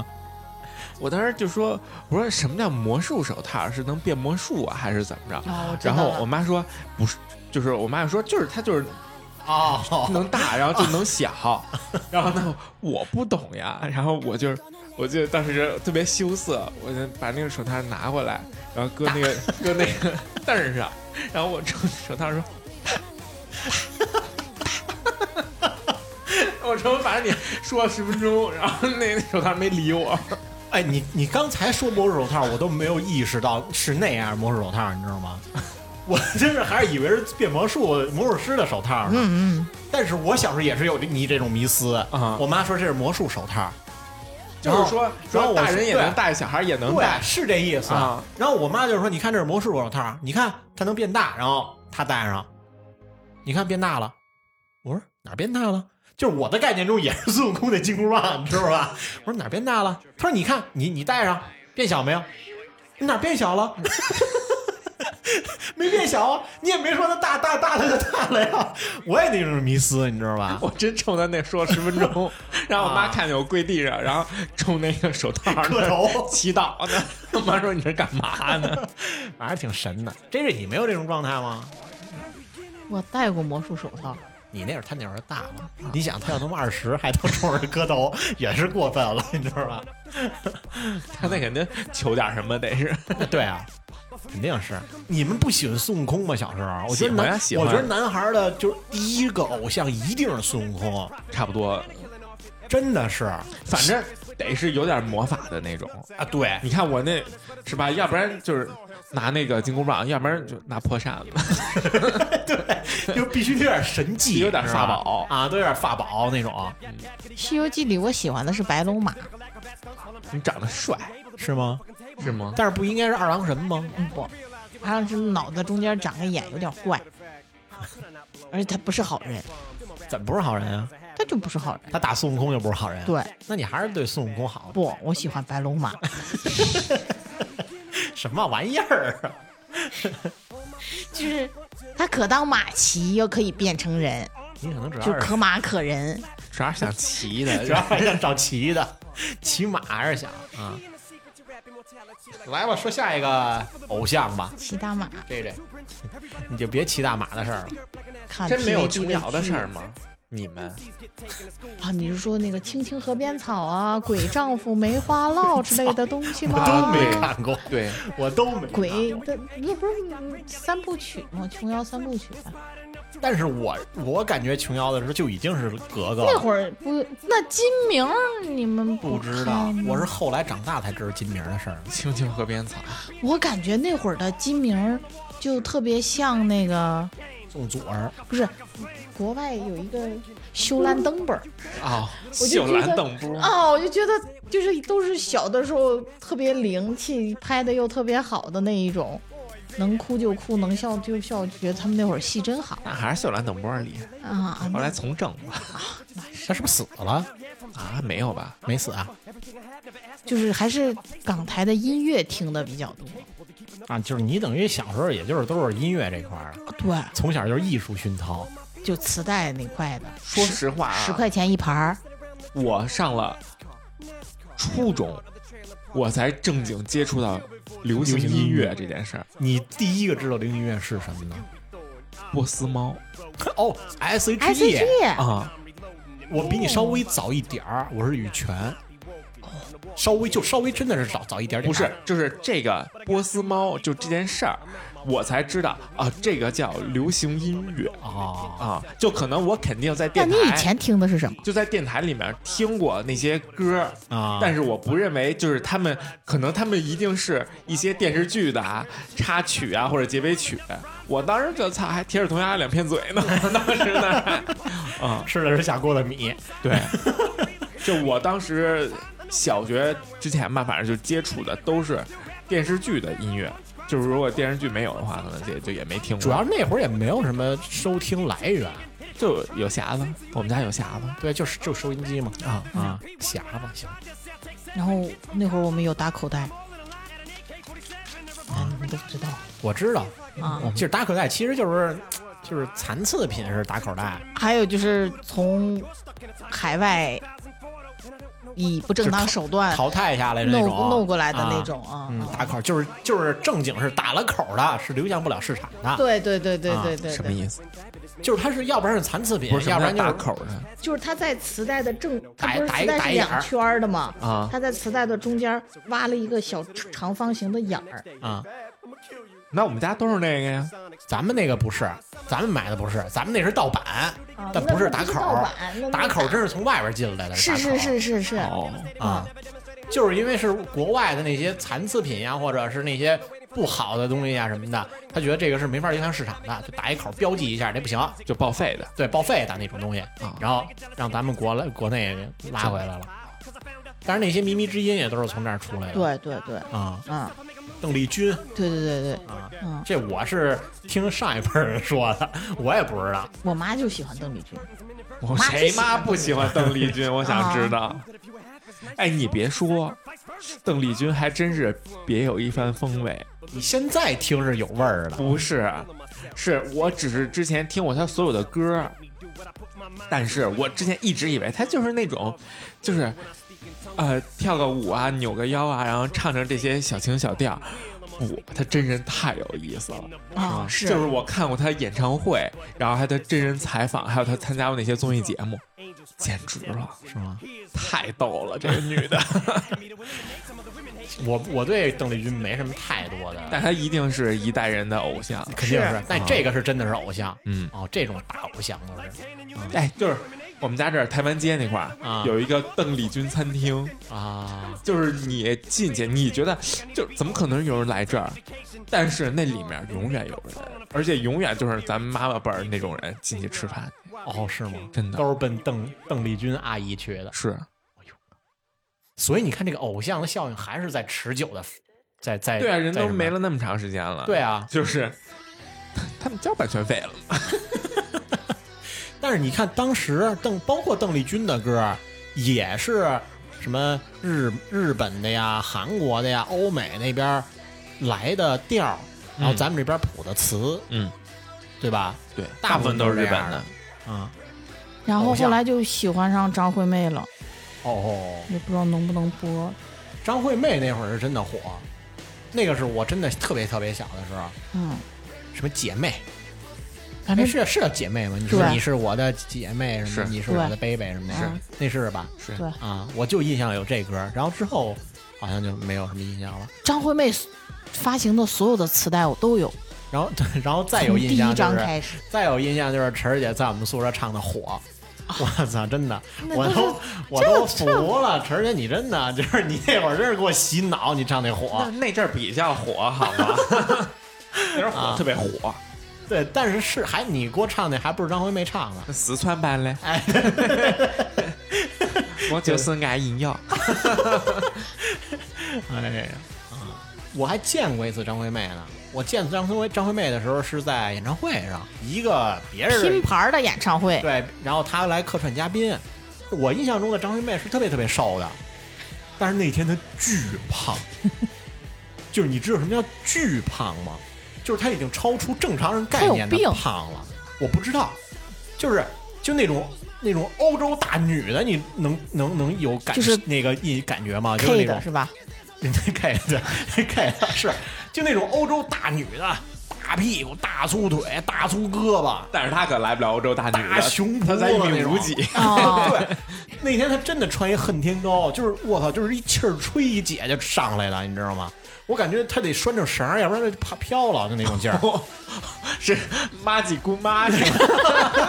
Speaker 2: 我当时就说，我说什么叫魔术手套？是能变魔术啊，还是怎么着？
Speaker 3: 哦，
Speaker 1: (laughs)
Speaker 3: 我知
Speaker 2: 然
Speaker 3: 道
Speaker 2: 后
Speaker 3: 了
Speaker 2: 我妈说不是，就是我妈就说就是它就是
Speaker 1: (laughs) 哦，
Speaker 2: 能大，然后就能小， (laughs) 然后呢我不懂呀，然后我就我记得当时特别羞涩，我就把那个手套拿过来，然后搁那个搁那个凳儿上，然后我抽手套说，我瞅反正你说了十分钟，然后那那手套没理我，
Speaker 1: 哎，你你刚才说魔术手套，我都没有意识到是那样魔术手套，你知道吗？ (laughs) 我真是还是以为是变魔术魔术师的手套呢。
Speaker 3: 嗯嗯，
Speaker 1: 但是我小时候也是有你这种迷思
Speaker 2: 啊
Speaker 1: 我妈说这是魔术手套，
Speaker 2: 就是说
Speaker 1: 然后
Speaker 2: 说
Speaker 1: 我
Speaker 2: 大人也
Speaker 1: 对
Speaker 2: 能带，小孩也能
Speaker 1: 对
Speaker 2: 带，，
Speaker 1: 是这意思。
Speaker 2: 啊
Speaker 1: 然后我妈就说：“你看这是魔术手套，你看它能变大。”然后她戴上，你看变大了。我说哪儿变大了？就是我的概念中也是孙悟空的金箍棒，你知道吧？我说哪儿变大了？她说：“你看你你戴上变小没有？你哪儿变小了？” (laughs) 没变小啊，你也没说它大大大，它就大了呀。我也那种迷思，你知道吧？
Speaker 2: 我真冲他那说了十分钟，然后我妈
Speaker 1: 啊
Speaker 2: 看见我跪地上，然后冲那个手套那
Speaker 1: 磕头
Speaker 2: 祈祷呢。 (laughs) 我妈说你这干嘛呢？ (laughs)
Speaker 1: 反正挺神的。这是你没有这种状态吗？
Speaker 3: 我戴过魔术手套，
Speaker 1: 你那会儿他那会儿大了， (laughs) 你想他要他妈二十还都冲着磕头，也是过分了，你知道吧？ (laughs)
Speaker 2: 他那肯定求点什么得是。
Speaker 1: 对啊，肯定是。你们不喜欢孙悟空吗？小时候，我觉得
Speaker 2: 喜欢呀
Speaker 1: 男，
Speaker 2: 喜欢
Speaker 1: 我觉得男孩的就是第一个偶像一定是孙悟空，
Speaker 2: 差不多，
Speaker 1: 真的是啊，
Speaker 2: 反正得是有点魔法的那种。
Speaker 1: 对，
Speaker 2: 你看我那是吧？要不然就是拿那个金箍棒，要不然就拿破扇子。
Speaker 1: 就必须得有点神技，
Speaker 2: 有点法宝
Speaker 1: 是吧啊，都有点法宝那种，
Speaker 3: 《西游记》里我喜欢的是白龙马，
Speaker 2: 你长得帅
Speaker 1: 是吗？
Speaker 2: (laughs) 是吗？
Speaker 1: 但是不应该是二郎神吗？
Speaker 3: 嗯不，怕是脑子中间长个眼，有点坏，而且他不是好人，
Speaker 1: 怎么不是好人啊？
Speaker 3: 他就不是好人。
Speaker 1: 他打孙悟空就不是好人。，啊
Speaker 3: 对，
Speaker 1: 那你还是对孙悟空好。
Speaker 3: 不，我喜欢白龙马。
Speaker 1: 什么玩意儿啊？
Speaker 3: (laughs) 就是他可当马骑，又可以变成人，
Speaker 1: 你可能主要
Speaker 3: 就是可马可人。
Speaker 2: 主要是想骑 (laughs) 的，
Speaker 1: 主要还想找骑的，骑马还是想啊。来吧，说下一个偶像吧，
Speaker 3: 骑大马
Speaker 1: 这这，你就别骑大马的事 (laughs) 儿了。
Speaker 3: 看
Speaker 2: 真没有
Speaker 3: PVG
Speaker 2: 琼瑶的
Speaker 3: 剧
Speaker 2: 事儿吗？你们
Speaker 3: 啊？你是说那个《青青河边草》啊，《鬼丈夫梅花烙》之类的东西吗？
Speaker 1: (laughs) 都没看过，
Speaker 2: 对
Speaker 1: 我都没看过。
Speaker 3: (laughs) 鬼的那不是三部曲吗？琼瑶三部曲、
Speaker 1: 但是我我感觉琼瑶的时候就已经是格格
Speaker 3: 那
Speaker 1: 了，
Speaker 3: 会儿不，那金明儿你们
Speaker 1: 不
Speaker 3: 看
Speaker 1: 知道，
Speaker 3: 吗
Speaker 1: 我是后来长大才知道金明的事儿。
Speaker 2: 《青青河边草》
Speaker 3: 我感觉那会儿的金明儿就特别像那个
Speaker 1: 宋祖儿，
Speaker 3: 不是国外有一个修兰登本儿。
Speaker 2: 哦，
Speaker 3: 我就
Speaker 2: 秀
Speaker 3: 觉
Speaker 2: 兰
Speaker 3: 得
Speaker 2: 等波，
Speaker 3: 啊，我就觉得就是都是小的时候特别灵气，拍的又特别好的那一种，能哭就哭，能笑就笑，觉得他们那会儿戏真好
Speaker 2: 那还是秀兰等波厉害。
Speaker 3: 啊。
Speaker 2: 后来从政了
Speaker 1: 他是不是死了？
Speaker 2: 啊？没有吧？
Speaker 1: 没死啊？
Speaker 3: 就是还是港台的音乐听的比较多，
Speaker 1: 啊，就是你等于小时候，也就是都是音乐这块儿的，
Speaker 3: 对，
Speaker 1: 从小就是艺术熏陶。
Speaker 3: 就磁带那块的，
Speaker 2: 说实话啊，
Speaker 3: 十块钱一盘儿，
Speaker 2: 我上了初中，我才正经接触到流行音乐这件事儿。
Speaker 1: 你第一个知道流行音乐是什么呢？
Speaker 2: 波斯猫
Speaker 1: (laughs) 哦，S H
Speaker 3: S H
Speaker 1: E，
Speaker 3: E
Speaker 2: 啊，
Speaker 1: 我比你稍微早一点儿，我是羽泉，稍微就稍微真的是早早一点点。
Speaker 2: 不是，就是这个波斯猫，就这件事儿，我才知道啊，这个叫流行音乐
Speaker 1: 啊，
Speaker 2: 啊。就可能我肯定在
Speaker 3: 那
Speaker 2: 电
Speaker 3: 你
Speaker 2: 台，
Speaker 3: 以前听的是什么？
Speaker 2: 就在电台里面听过那些歌儿
Speaker 1: 啊
Speaker 2: 但是我不认为就是他们，可能他们一定是一些电视剧的啊插曲啊或者结尾曲。我当时就操，还铁齿铜牙两片嘴呢， (laughs) 当时呢，啊、
Speaker 1: 吃的是下锅的米。
Speaker 2: 对， (laughs) 就我当时小学之前吧，反正就接触的都是电视剧的音乐。就是如果电视剧没有的话，可能也就也没听过。
Speaker 1: 主要是那会儿也没有什么收听来源，
Speaker 2: 就有匣子，我们家有匣子
Speaker 1: 对，就是就收音机嘛。
Speaker 2: 啊
Speaker 1: 啊，匣子行，
Speaker 3: 然后那会儿我们有打口袋，啊，
Speaker 2: 嗯
Speaker 3: 你们都不知道
Speaker 1: 我知道，
Speaker 3: 啊。
Speaker 1: 就是打口袋，其实就是就是残次品是打口袋，
Speaker 3: 还有就是从海外以不正当手段
Speaker 1: 淘汰下来的那
Speaker 3: 呃弄
Speaker 1: 种
Speaker 3: 弄过来的那
Speaker 1: 啊
Speaker 3: 种啊。
Speaker 1: 嗯，
Speaker 3: 啊
Speaker 1: 打口就是就是正经是打了口的，是流向不了市场的，
Speaker 3: 对对对对
Speaker 1: 啊
Speaker 3: 对对，
Speaker 2: 什么
Speaker 3: 思？
Speaker 2: 意思？
Speaker 1: 就是它是要不然是残次品
Speaker 2: 不是，，
Speaker 1: 要不然就是
Speaker 2: 打口的
Speaker 3: 就是它在磁带的正，它
Speaker 1: 打
Speaker 3: 不是
Speaker 1: 打一
Speaker 3: 磁带
Speaker 1: 打
Speaker 3: 是
Speaker 1: 一眼儿
Speaker 3: 两圈儿的嘛？
Speaker 2: 啊
Speaker 3: 它在磁带的中间挖了一个小长方形的眼儿，
Speaker 1: 啊。
Speaker 2: 那我们家都是那个呀。
Speaker 1: 咱们那个不是，咱们买的不是，咱们那是盗版，
Speaker 3: 啊
Speaker 1: 但
Speaker 3: 那
Speaker 1: 不是
Speaker 3: 那
Speaker 1: 打
Speaker 3: 不
Speaker 1: 口
Speaker 3: 是盗版
Speaker 1: 儿，
Speaker 3: 那
Speaker 1: 打
Speaker 3: 那
Speaker 1: 口儿
Speaker 3: 打
Speaker 1: 真是从外边进来的，
Speaker 3: 是
Speaker 1: 打口
Speaker 3: 是
Speaker 1: 儿
Speaker 3: 是是是，
Speaker 2: 哦，
Speaker 1: 啊，就是因为是国外的那些残次品呀，或者是那些不好的东西呀什么的，他觉得这个是没法流向市场的，就打一口儿标记一下，这不行，
Speaker 2: 就报废的。
Speaker 1: 对，报废的那种东西，
Speaker 2: 啊
Speaker 1: 然后让咱们国来国内给拉回来了。但是那些靡靡之音也都是从这儿出来的，
Speaker 3: 对对对，
Speaker 1: 啊，
Speaker 3: 嗯，
Speaker 1: 邓丽君，
Speaker 3: 对对对对，嗯，
Speaker 1: 这我是听上一辈儿人说的，我也不知道。
Speaker 3: 我妈就喜欢邓丽君，
Speaker 2: 我
Speaker 3: 妈
Speaker 2: 谁
Speaker 3: 就喜
Speaker 2: 妈
Speaker 3: 欢
Speaker 2: 不喜 (laughs) 欢邓丽君？我想知道。哎，你别说，邓丽君还真是别有一番风味。
Speaker 1: 你现在听是有味儿的，
Speaker 2: 不是，啊是我只是之前听过她所有的歌，但是我之前一直以为她就是那种，就是，呃，跳个舞啊，扭个腰啊，然后唱唱这些小情小调。不，她真人太有意思了。
Speaker 3: 啊，是
Speaker 2: 就是我看过他演唱会，然后还有他真人采访，还有他参加过那些综艺节目，简直了，
Speaker 1: 是吗？
Speaker 2: 太逗了，这个女
Speaker 1: (laughs)
Speaker 2: 的。
Speaker 1: 我我对邓丽君没什么太多的，
Speaker 2: 但她一定是一代人的偶
Speaker 1: (laughs)
Speaker 2: 像，
Speaker 1: 肯定是
Speaker 3: 是，
Speaker 1: 但这个是真的是偶像，
Speaker 2: 嗯
Speaker 1: 哦，这种大偶像都是
Speaker 2: 哎，就是我们家这儿台湾街那块儿、
Speaker 1: 啊
Speaker 2: 有一个邓丽君餐厅，
Speaker 1: 啊，
Speaker 2: 就是你进去，你觉得就怎么可能有人来这儿？但是那里面永远有人，而且永远就是咱们妈妈辈儿那种人进去吃饭，
Speaker 1: 哦，是吗？
Speaker 2: 真的
Speaker 1: 都是奔邓邓丽君阿姨去的，
Speaker 2: 是
Speaker 1: 所以你看这个偶像的效应还是在持久的在在
Speaker 2: 对啊，人
Speaker 1: 在
Speaker 2: 都
Speaker 1: 什么
Speaker 2: 没了那么长时间了，
Speaker 1: 对，啊，
Speaker 2: 就是 (laughs) 他他们交版权费了嘛，
Speaker 1: 但是你看当时邓，包括邓丽君的歌，也是什么日日本的呀、韩国的呀、欧美那边来的调儿，然后咱们这边谱的词，
Speaker 2: 嗯，
Speaker 1: 对吧？
Speaker 2: 对，
Speaker 1: 大部分都是
Speaker 2: 这
Speaker 1: 这样
Speaker 2: 样
Speaker 1: 的。啊、
Speaker 3: 然后
Speaker 1: 偶像
Speaker 3: 后来就喜欢上张惠妹了，
Speaker 1: 哦，
Speaker 3: 也不知道能不能播。
Speaker 1: 张惠妹那会儿是真的火，那个是我真的特别特别小的时候，
Speaker 3: 嗯，
Speaker 1: 什么姐妹，
Speaker 3: 反
Speaker 1: 哎是
Speaker 3: 正
Speaker 1: 是叫姐妹吗？你说
Speaker 3: 对
Speaker 1: 你是我的姐妹什么？
Speaker 2: 是
Speaker 1: 你是我的 baby 什么的？
Speaker 3: 是
Speaker 1: 那是吧？
Speaker 2: 是
Speaker 3: 对
Speaker 1: 啊，我就印象有这歌，然后之后好像就没有什么印象了。
Speaker 3: 张惠妹发行的所有的磁带我都有，
Speaker 1: 然后， (laughs) 对，然后再有
Speaker 3: 从第
Speaker 1: 印
Speaker 3: 一
Speaker 1: 象就
Speaker 3: 张
Speaker 1: 是，
Speaker 3: 开始，啊
Speaker 1: 再有印象就是晨儿姐在我们宿舍唱的《火》，我操，真的，
Speaker 3: 那
Speaker 1: 我
Speaker 3: 都
Speaker 1: 都
Speaker 3: 是 (laughs)
Speaker 1: 我都服了，晨儿姐，你真的 (laughs) 就是你那会儿真是给我洗脑，你唱那《火
Speaker 2: 那那阵儿比较火，好
Speaker 1: (laughs)
Speaker 2: 吗？那阵儿
Speaker 1: 啊
Speaker 2: 火特别火，》，
Speaker 1: 对，但是是还你给我唱那还不是张惠妹唱的，
Speaker 2: 那四川版嘞，
Speaker 1: 哎，
Speaker 2: (laughs)
Speaker 1: (laughs)
Speaker 2: 我就是爱饮 (laughs) 药。
Speaker 1: 哎呀，我还见过一次张惠妹呢。我见张惠张惠妹的时候是在演唱会上，一个别人
Speaker 3: 拼盘儿的演唱会，
Speaker 1: 对，然后她来客串嘉宾。我印象中的张惠妹是特别特别瘦的，但是那天她巨胖，就是你知道什么叫巨胖吗？就是她已经超出正常人概念的
Speaker 3: 她有病
Speaker 1: 胖了。我不知道，就是就那种那种欧洲大女的，你能能能有感
Speaker 3: 就是
Speaker 1: 那个一感觉吗？就是那
Speaker 3: K
Speaker 1: 种 (laughs)
Speaker 3: 的是吧？
Speaker 1: 人家盖的盖的是，就那种欧洲大女的，大屁股、大粗腿、大粗胳膊，
Speaker 2: 但是他可来不了欧洲大女
Speaker 1: 大
Speaker 2: 的，
Speaker 1: 熊
Speaker 2: 他才一
Speaker 1: 脖子那
Speaker 2: 米
Speaker 1: 种
Speaker 2: 五
Speaker 1: (laughs)
Speaker 2: 几，
Speaker 3: 啊，
Speaker 1: 对，那天她真的穿一恨天高，就是我操，就是一气儿吹一姐就上来了，你知道吗？我感觉她得拴成绳儿，要不然她就怕飘了，就那种劲儿。
Speaker 2: 是妈几姑妈是吗？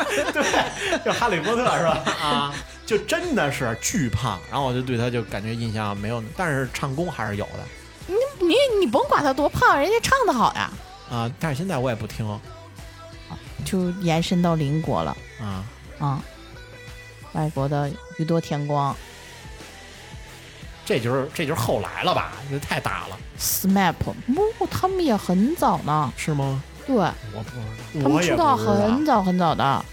Speaker 1: (laughs) 对，就哈利波特是吧？啊，就真的是巨胖，然后我就对她就感觉印象没有，但是唱功还是有的。
Speaker 3: 你你甭管她多胖，人家唱的好呀。
Speaker 1: 啊，但是现在我也不听
Speaker 3: 就延伸到邻国了
Speaker 1: 啊，
Speaker 3: 啊，外国的宇多田光、
Speaker 1: 这就是这就是后来了吧？这太大了，
Speaker 3: SMAP，哦，他们也很早呢，
Speaker 1: 是吗？
Speaker 3: 对
Speaker 1: 我不知
Speaker 3: 他们出道很早很早的，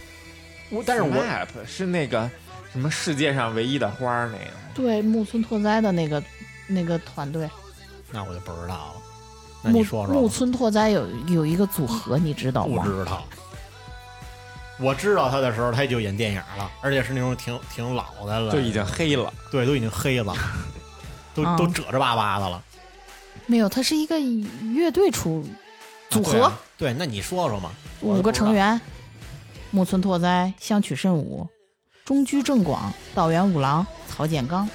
Speaker 1: 我但是我
Speaker 2: map 是那个什么世界上唯一的花儿那个。
Speaker 3: 对木村拓哉的那个那个团队，
Speaker 1: 那我就不知道了。那
Speaker 3: 木
Speaker 1: 你说说吧，
Speaker 3: 木村拓哉有有一个组合，你知道
Speaker 1: 不
Speaker 3: 吗？
Speaker 1: 知道。我知道他的时候，他就演电影了，而且是那种挺挺老的了，
Speaker 2: 就已经黑了，
Speaker 1: 对，都已经黑
Speaker 2: (laughs)
Speaker 1: 了，都、
Speaker 3: 啊
Speaker 1: 都褶皱巴巴的了。
Speaker 3: 没有，他是一个乐队出组
Speaker 1: 对
Speaker 3: 合，
Speaker 1: 啊对，那你说说嘛？我
Speaker 3: 五
Speaker 1: 不
Speaker 3: 个
Speaker 1: 知
Speaker 3: 成
Speaker 1: 道
Speaker 3: 员，木村拓哉、香取慎吾、中居正广、道元武郎、草剪刚。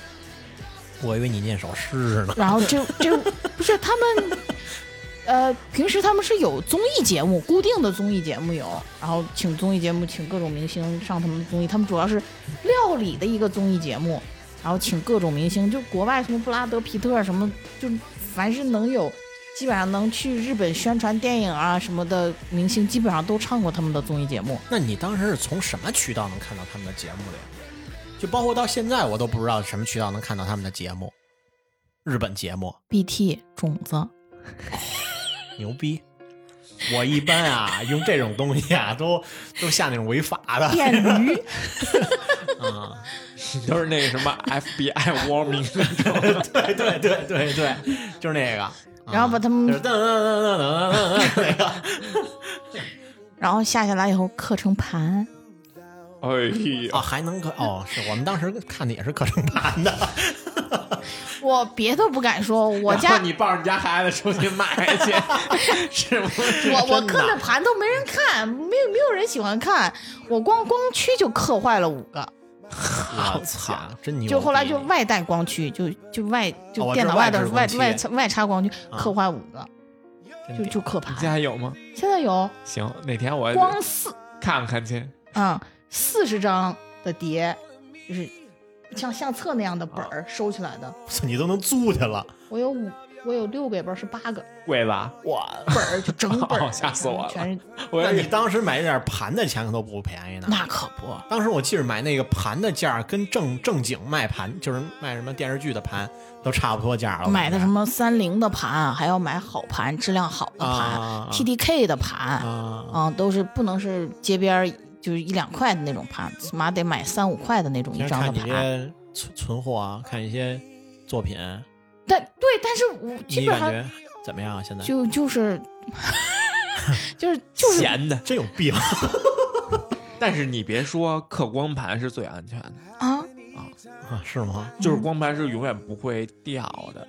Speaker 1: 我以为你念首诗呢。
Speaker 3: 然后 (laughs) 这这不是他们，呃，平时他们是有综艺节目，固定的综艺节目有，然后请综艺节目请各种明星上他们的综艺，他们主要是料理的一个综艺节目，然后请各种明星，就国外什么布拉德皮特什么，嗯就凡是能有。基本上能去日本宣传电影啊什么的明星，基本上都上过他们的综艺节目。
Speaker 1: 那你当时是从什么渠道能看到他们的节目的呀？就包括到现在，我都不知道什么渠道能看到他们的节目，日本节目。
Speaker 3: BT 种子，
Speaker 1: 牛逼！我一般啊，用这种东西啊，都都下那种违法
Speaker 3: (laughs)
Speaker 1: 的
Speaker 3: 电驴，
Speaker 1: 啊、
Speaker 2: 都是那个什么 FBI warning 那
Speaker 1: (laughs)
Speaker 2: 种。
Speaker 1: (laughs) 对对对对对，就是那个。
Speaker 3: (laughs) 然后把他们
Speaker 1: 就是噔噔噔噔噔噔
Speaker 3: (laughs)
Speaker 1: 噔那个。
Speaker 3: 然后下下来以后刻成盘，
Speaker 1: (laughs)
Speaker 2: 哎
Speaker 1: 哦，
Speaker 2: 呀，
Speaker 1: 还能可哦，是我们当时看的也是课程盘的，
Speaker 3: 我别的不敢说，我
Speaker 2: 然后
Speaker 3: 家
Speaker 2: 你抱着你家孩子出去卖去，是不是？
Speaker 3: (laughs) 我我
Speaker 1: 真的
Speaker 3: 刻的盘都没人看，没有没有人喜欢看，我光光驱就刻坏了五个，
Speaker 1: 我操，真牛！
Speaker 3: 就后来就外带光驱，就就外
Speaker 1: 哦
Speaker 3: 就
Speaker 1: 我
Speaker 3: 电
Speaker 1: 知道
Speaker 3: 脑外的
Speaker 1: 外
Speaker 3: 外
Speaker 1: 置光
Speaker 3: 外
Speaker 1: 驱
Speaker 3: 外插光驱
Speaker 1: 啊
Speaker 3: 刻坏五个，
Speaker 1: 真
Speaker 3: 就
Speaker 1: 屌
Speaker 3: 就刻
Speaker 2: 你
Speaker 3: 盘。
Speaker 2: 家有吗？
Speaker 3: 现在有
Speaker 2: 行，哪天
Speaker 1: 哎
Speaker 2: 我
Speaker 3: 光四
Speaker 2: 看看去。
Speaker 3: 啊四十张的碟，
Speaker 1: 啊
Speaker 3: 就是像相册那样的本儿收起来的，
Speaker 1: 你都能租去了，
Speaker 3: 我有五我有六个，也不知道是八个
Speaker 2: 贵吧？
Speaker 3: 本儿，就整
Speaker 1: (laughs)
Speaker 3: 本
Speaker 2: 哦
Speaker 3: 儿，
Speaker 2: 吓死我了
Speaker 3: 全是
Speaker 2: 我
Speaker 1: 那
Speaker 2: 也
Speaker 1: 你当时买那点盘的钱可都不便宜呢。
Speaker 3: 那可不，
Speaker 1: 当时我记着买那个盘的价儿跟正正经卖盘，就是卖什么电视剧的盘都差不多价了。
Speaker 3: 买的什么三菱的盘，还要买好盘，质量好的盘、
Speaker 1: 啊
Speaker 3: t d k 的盘，
Speaker 1: 啊？
Speaker 3: 啊，都是不能是街边儿就是一两块的那种盘，起码得买三五块的那种一
Speaker 1: 平时
Speaker 3: 张的
Speaker 1: 看你
Speaker 3: 盘。
Speaker 1: 些存存货啊，看一些作品，
Speaker 3: 但对，但是我基
Speaker 1: 你
Speaker 3: 本
Speaker 1: 感
Speaker 3: 上
Speaker 1: 觉怎么样啊？现在
Speaker 3: 就就是
Speaker 1: (laughs)
Speaker 3: 就是就是
Speaker 2: 闲的。
Speaker 1: 真有
Speaker 3: (laughs)
Speaker 1: 病。
Speaker 3: 啊
Speaker 2: 但是你别说，刻光盘是最安全的，
Speaker 3: 啊，
Speaker 1: 啊，是吗？
Speaker 2: 就是
Speaker 3: 嗯
Speaker 2: 光盘是永远不会掉的。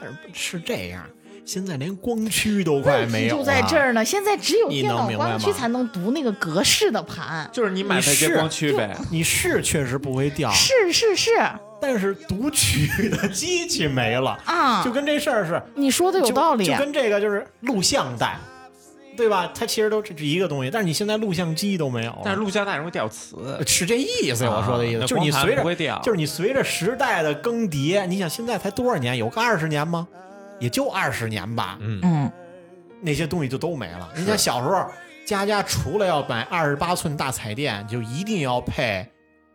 Speaker 1: 但是是这样，现在连光驱都快
Speaker 3: 问
Speaker 1: 没
Speaker 3: 题
Speaker 1: 有啊
Speaker 3: 就
Speaker 1: 了。
Speaker 3: 在这儿呢。现在只有
Speaker 1: 你
Speaker 3: 电
Speaker 1: 能
Speaker 3: 脑
Speaker 1: 明白
Speaker 3: 光驱
Speaker 1: 吗
Speaker 3: 才能读那个格式的盘，
Speaker 2: 就是你买
Speaker 1: 你
Speaker 2: 台
Speaker 1: 是
Speaker 2: 接光驱呗，
Speaker 1: 你是确实不会掉，
Speaker 3: 是是是
Speaker 1: 但是读取的机器没了，
Speaker 3: 啊
Speaker 1: 就，跟这事儿是
Speaker 3: 你说的有
Speaker 1: 就
Speaker 3: 道理啊
Speaker 1: 就。跟这个就是录像带，对吧？它其实都是一个东西，但是你现在录像机都没有了，
Speaker 2: 但是录像带容易掉磁。
Speaker 1: 是这意思，我说的意思、
Speaker 2: 啊那
Speaker 1: 就是你
Speaker 2: 光盘
Speaker 1: 随着
Speaker 2: 不会掉
Speaker 1: 就是你随着时代的更迭，你想现在才多少年？有个二十年吗？也就二十年吧，
Speaker 2: 嗯，
Speaker 3: 嗯，
Speaker 1: 那些东西就都没了。
Speaker 2: 是
Speaker 1: 你想小时候，家家除了要买二十八寸大彩电，就一定要配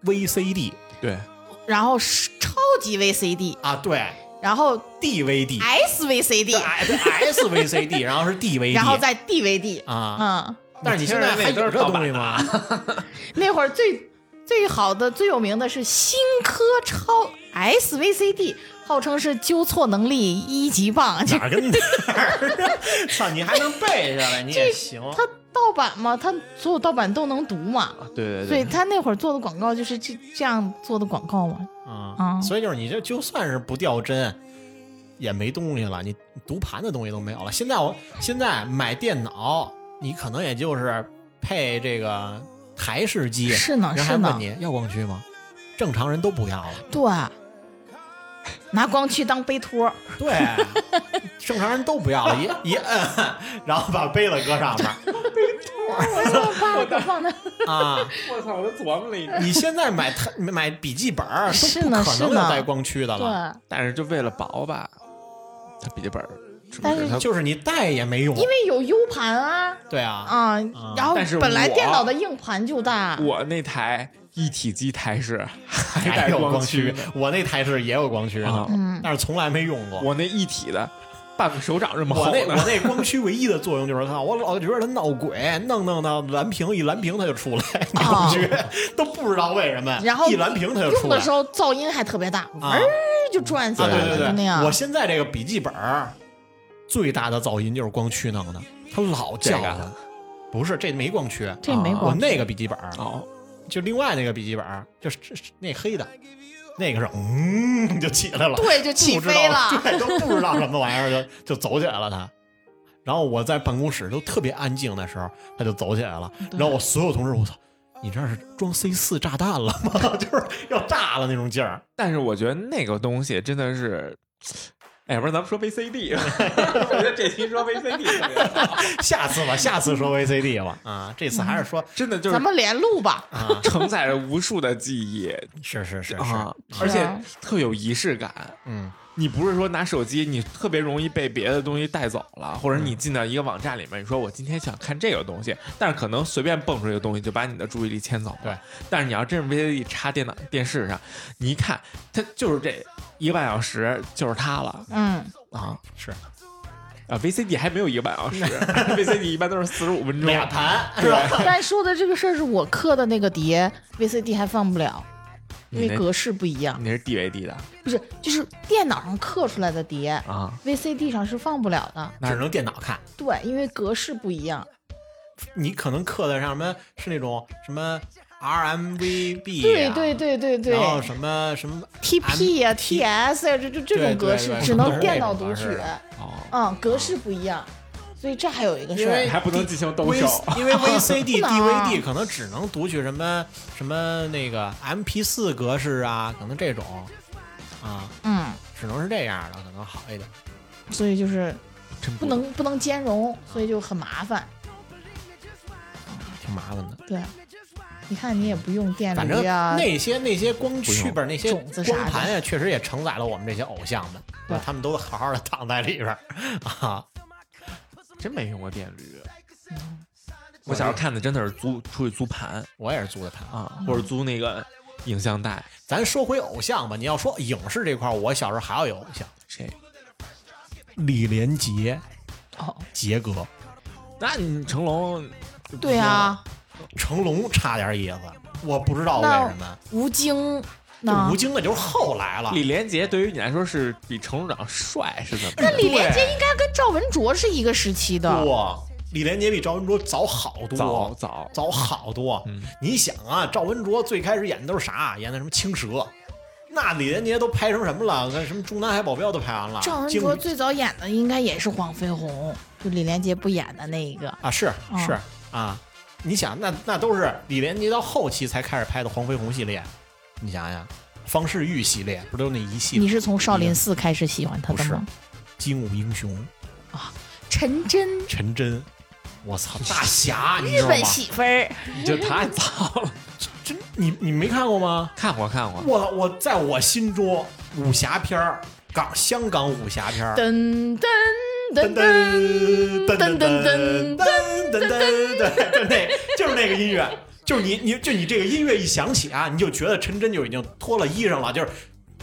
Speaker 1: VCD
Speaker 2: 对，
Speaker 3: 然后是超级 VCD，
Speaker 1: 啊，对哎
Speaker 3: 然后
Speaker 1: ，DVD、
Speaker 3: SVCD，
Speaker 1: 哎 SVCD，然后 (laughs) 是 DVD，
Speaker 3: 然后再 DVD，
Speaker 1: 啊，
Speaker 3: 嗯。
Speaker 1: 但是你现在还有这东西吗？
Speaker 3: (laughs) 那会儿最最好的、最有名的是新科超 SVCD，号称是纠错能力一级棒。 (laughs)
Speaker 1: (laughs)
Speaker 3: 这
Speaker 1: 哪儿跟哪儿啊？ (laughs) 操，你还能背下来，你也行。
Speaker 3: 它盗版嘛，它所有盗版都能读嘛，
Speaker 2: 啊对对
Speaker 3: 所以
Speaker 2: 对，
Speaker 3: 它那会儿做的广告就是这这样做的广告嘛。
Speaker 1: 啊，
Speaker 3: 啊
Speaker 1: 所以就是你这就算是不掉帧，也没东西了，你读盘的东西都没有了。现在我现在买电脑，你可能也就是配这个台式机，
Speaker 3: 是呢，
Speaker 1: 人还
Speaker 3: 是
Speaker 1: 问
Speaker 3: 呢，
Speaker 1: 你要光驱吗？正常人都不要了，
Speaker 3: 对，拿光驱当背托，
Speaker 1: 对，啊正常人都不要了，一一摁， (laughs) 然后把背了搁上面
Speaker 3: 我操， (laughs) 把我放那。
Speaker 1: 啊。
Speaker 2: 我操，我都琢磨了一遍。
Speaker 1: 你现在买台买笔记本儿
Speaker 3: 是
Speaker 1: 都不
Speaker 3: 呢
Speaker 1: 可
Speaker 3: 是
Speaker 1: 能有
Speaker 3: 呢
Speaker 1: 带光驱的了，
Speaker 3: 对，
Speaker 2: 但是就为了薄吧，它笔记本儿，是不
Speaker 3: 但
Speaker 2: 是
Speaker 3: 是
Speaker 2: 它
Speaker 1: 就是你带也没用。
Speaker 3: 因为有 U 盘啊
Speaker 1: 对啊，
Speaker 3: 啊
Speaker 1: 啊，
Speaker 3: 然后
Speaker 2: 但是
Speaker 3: 本来
Speaker 2: 我
Speaker 3: 电脑的硬盘就大，
Speaker 2: 我那台一体机台式还
Speaker 1: 还
Speaker 2: 带
Speaker 1: 有
Speaker 2: 光
Speaker 1: 驱
Speaker 2: 驱，
Speaker 1: 我那台式也有光驱呢
Speaker 2: 啊，，
Speaker 3: 嗯，
Speaker 1: 但是从来没用过。
Speaker 2: 我那一体的半个手掌这么
Speaker 1: 我
Speaker 2: 厚
Speaker 1: 那
Speaker 2: 呢
Speaker 1: 我。那光驱唯一的作用就是它，我老觉得它闹鬼，弄弄到蓝屏一蓝屏它就出来，那
Speaker 3: 啊
Speaker 1: (laughs) 光驱都不知道为什么，
Speaker 3: 然后
Speaker 1: 一蓝屏它就出
Speaker 3: 用
Speaker 1: 来
Speaker 3: 的时候噪音还特别大，
Speaker 1: 啊啊
Speaker 3: 就转起来
Speaker 1: 对
Speaker 3: 了，
Speaker 1: 对
Speaker 3: 就那
Speaker 1: 对，我
Speaker 3: 样。
Speaker 1: 现在这个笔记本儿最大的噪音就是光驱弄的，它老
Speaker 2: 这
Speaker 1: 叫
Speaker 2: 个
Speaker 1: 它，不是这没光驱，
Speaker 3: 这没
Speaker 1: 我
Speaker 3: 光
Speaker 1: 那个笔记本儿
Speaker 2: 哦，
Speaker 1: 就另外那个笔记本儿就是是是那黑的，那个是嗯就起来了，
Speaker 3: 对，就起
Speaker 1: 不知
Speaker 3: 飞
Speaker 1: 道 (laughs)
Speaker 3: 了。
Speaker 1: 对，都不知道什么玩意儿，就就走起来了他。然后我在办公室都特别安静的时候，他就走起来了。
Speaker 3: 对
Speaker 1: 然后我所有同事，我操，你这是装 C 四炸弹了吗？ (laughs) 就是要炸了那种劲儿。
Speaker 2: 但是我觉得那个东西真的是，哎，要不然咱们说 VCD，吧 (laughs) 我觉得这期说 VCD 特别好
Speaker 1: 下次吧，下次说 VCD 吧。啊，这次还是说
Speaker 2: 真的就
Speaker 3: 咱
Speaker 2: 是
Speaker 3: 们连录吧，
Speaker 1: 啊，
Speaker 2: 承载着无数的记忆
Speaker 1: 是是 (laughs) 是是，
Speaker 2: 啊，而
Speaker 3: 是
Speaker 2: 且
Speaker 3: 啊
Speaker 2: 特有仪式感。
Speaker 1: 嗯，
Speaker 2: 你不是说拿手机，你特别容易被别的东西带走了，或
Speaker 1: 嗯
Speaker 2: 者你进到一个网站里面，你说我今天想看这个东西，但是可能随便蹦出一个东西就把你的注意力牵走了。
Speaker 1: 对，
Speaker 2: 但是你要真是 VCD 插电脑电视上，你一看，它就是这一个半小时就是它了
Speaker 3: 嗯，
Speaker 2: 啊
Speaker 1: 是
Speaker 2: 啊！VCD 还没有一个半小时 (laughs) ，VCD 一般都是四十五分钟。
Speaker 1: 俩盘是
Speaker 2: 对
Speaker 1: 吧？，
Speaker 3: 但说的这个事儿是我刻的那个碟 VCD 还放不了，因
Speaker 2: 你
Speaker 3: 为
Speaker 2: 那
Speaker 3: 格式不一样，
Speaker 2: 你是 DVD 的
Speaker 3: 不是，就是电脑上刻出来的碟
Speaker 2: 啊？
Speaker 3: ，VCD 上是放不了的。
Speaker 1: 只能电脑看。
Speaker 3: 对，因为格式不一样。
Speaker 1: 你可能刻的上面是那种什么 RMVB，
Speaker 3: 对
Speaker 1: 啊
Speaker 3: 对对对对
Speaker 1: 然后什么什么
Speaker 3: TP 呀、
Speaker 1: T-
Speaker 3: TS 呀，这这这
Speaker 1: 对对
Speaker 3: 种格式
Speaker 1: 对
Speaker 3: 只能电脑
Speaker 1: 都
Speaker 3: 读
Speaker 1: 是那种
Speaker 3: 取
Speaker 1: 格式，
Speaker 2: 哦，
Speaker 3: 嗯，格式不一样，所以这还有一个事
Speaker 1: 因为
Speaker 3: 儿。
Speaker 2: 还不能进行兜售
Speaker 1: V- 因为
Speaker 2: (laughs)
Speaker 1: VCD、
Speaker 3: 不能啊
Speaker 1: DVD 可能只能读取什么什么那个 MP 四格式啊，可能这种啊，
Speaker 3: 嗯，
Speaker 1: 只能是这样的，可能好一点。
Speaker 3: 所以就是
Speaker 2: 真
Speaker 3: 不能不能兼容，所以就很麻烦。
Speaker 1: 挺麻烦的，
Speaker 3: 对，你看你也不用电
Speaker 1: 反正
Speaker 3: 驴啊，
Speaker 1: 那些那些光驱
Speaker 2: 不用
Speaker 1: 不是那些
Speaker 3: 种子啥
Speaker 1: 光
Speaker 3: 的
Speaker 1: 盘啊，确实也承载了我们这些偶像们。是吧
Speaker 3: 对
Speaker 1: 他们都好好的躺在里边儿啊。
Speaker 2: 真没用过电驴。啊我小时候看的真的是租出去租盘
Speaker 1: 我也是租的盘啊。
Speaker 2: 啊，或者租那个影像带。
Speaker 1: 咱说回偶像吧，你要说影视这块儿，我小时候还有一偶像
Speaker 2: 谁？
Speaker 1: 李连杰，
Speaker 3: 哦，
Speaker 1: 杰哥，
Speaker 2: 那你成龙？
Speaker 3: 对啊，
Speaker 1: 成龙差点意思，我不知道为
Speaker 3: 那
Speaker 1: 什么。
Speaker 3: 吴京
Speaker 1: 这
Speaker 3: 呢
Speaker 1: 吴？京那就是后来了，
Speaker 2: 嗯李连杰对于你来说是比成龙长帅是怎么
Speaker 3: 那
Speaker 2: 着？
Speaker 3: 李连杰应该跟赵文卓是一个时期的，
Speaker 1: 哇，李连杰比赵文卓早好多，
Speaker 2: 嗯早嗯早
Speaker 1: 早好多。你想啊，赵文卓最开始演的都是啥？啊演的什么青蛇？那李连杰都拍成什么了？跟什么《中南海保镖》都拍完了。
Speaker 3: 赵文
Speaker 1: 精
Speaker 3: 卓最早演的应该也是黄飞鸿，就李连杰不演的那一个。
Speaker 1: 啊，是
Speaker 3: 嗯
Speaker 1: 是啊，你想，那那都是李连杰到后期才开始拍的黄飞鸿系列，你想想，方世玉系列不都那一系
Speaker 3: 你
Speaker 1: 列？
Speaker 3: 是从少林寺开始喜欢他的吗？
Speaker 1: 精武英雄
Speaker 3: 陈真，
Speaker 1: 陈真，我操，大侠，你
Speaker 3: 日
Speaker 1: 知道吗
Speaker 3: 本？媳妇儿，
Speaker 2: 你这太早了。
Speaker 1: (laughs) 真你你没看过吗？
Speaker 2: 看过看过，
Speaker 1: 我我在我心中武侠片儿，港香港武侠片儿。
Speaker 3: 噔噔
Speaker 1: 噔噔
Speaker 3: 噔噔
Speaker 1: 噔噔噔噔
Speaker 3: 噔噔噔，
Speaker 1: 噔噔， (laughs) 就那，就是那个音乐，就是你你就你这个音乐一响起啊，你就觉得陈真就已经脱了衣裳了，就是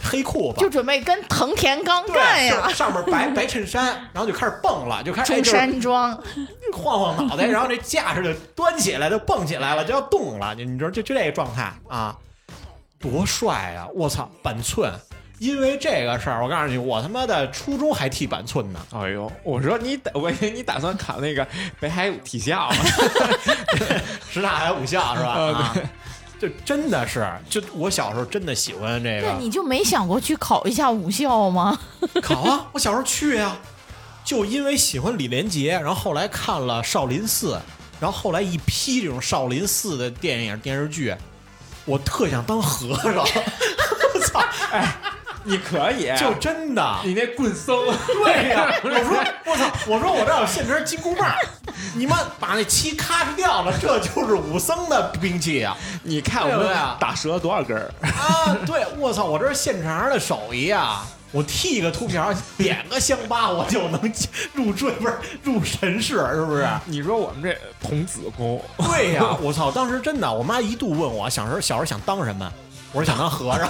Speaker 1: 黑裤子
Speaker 3: 就，准备跟藤田刚
Speaker 1: 对
Speaker 3: 干呀
Speaker 1: 就是，上面白白衬衫，然后就开始蹦了，就开始哎
Speaker 3: 中
Speaker 1: 就是
Speaker 3: 山装。
Speaker 1: 晃晃脑袋，然后这架势就端起来，就蹦起来了，就要动了，就你知道，就就这个状态啊，多帅啊！我操，板寸！因为这个事儿，我告诉你，我他妈的初中还剃板寸呢。
Speaker 2: 哎呦，我说你打，我以为你打算考那个北海武体校啊呢。
Speaker 1: 十大还有武校是吧？
Speaker 2: 呃
Speaker 1: 啊，就真的是，就我小时候真的喜欢这
Speaker 3: 那
Speaker 1: 个
Speaker 3: 你就没想过去考一下武校吗？
Speaker 1: 考啊，我小时候去呀、就因为喜欢李连杰，然后后来看了《少林寺》，然后后来一批这种少林寺的电影电视剧，我特想当和尚， (laughs) 我操，
Speaker 2: 你可 (laughs) 以，
Speaker 1: 就真的。
Speaker 2: 你那棍 (laughs) 僧，
Speaker 1: 对呀、我说我操，我说我这儿有现成金箍棒，你们把那漆咔哧掉了，这就是武僧的兵器呀、
Speaker 2: 你看我
Speaker 1: 对不
Speaker 2: 们
Speaker 1: 对啊
Speaker 2: 打折多少根儿？
Speaker 1: 啊，对，我操，我这是现成的手艺啊！我剃个秃瓢，点个香疤，我就能入赘，不是入神室，是不是？
Speaker 2: 你说我们这童子功， (laughs)
Speaker 1: 对呀、我操！当时真的，我妈一度问我，小时候小时候想当什么？我说想当和尚。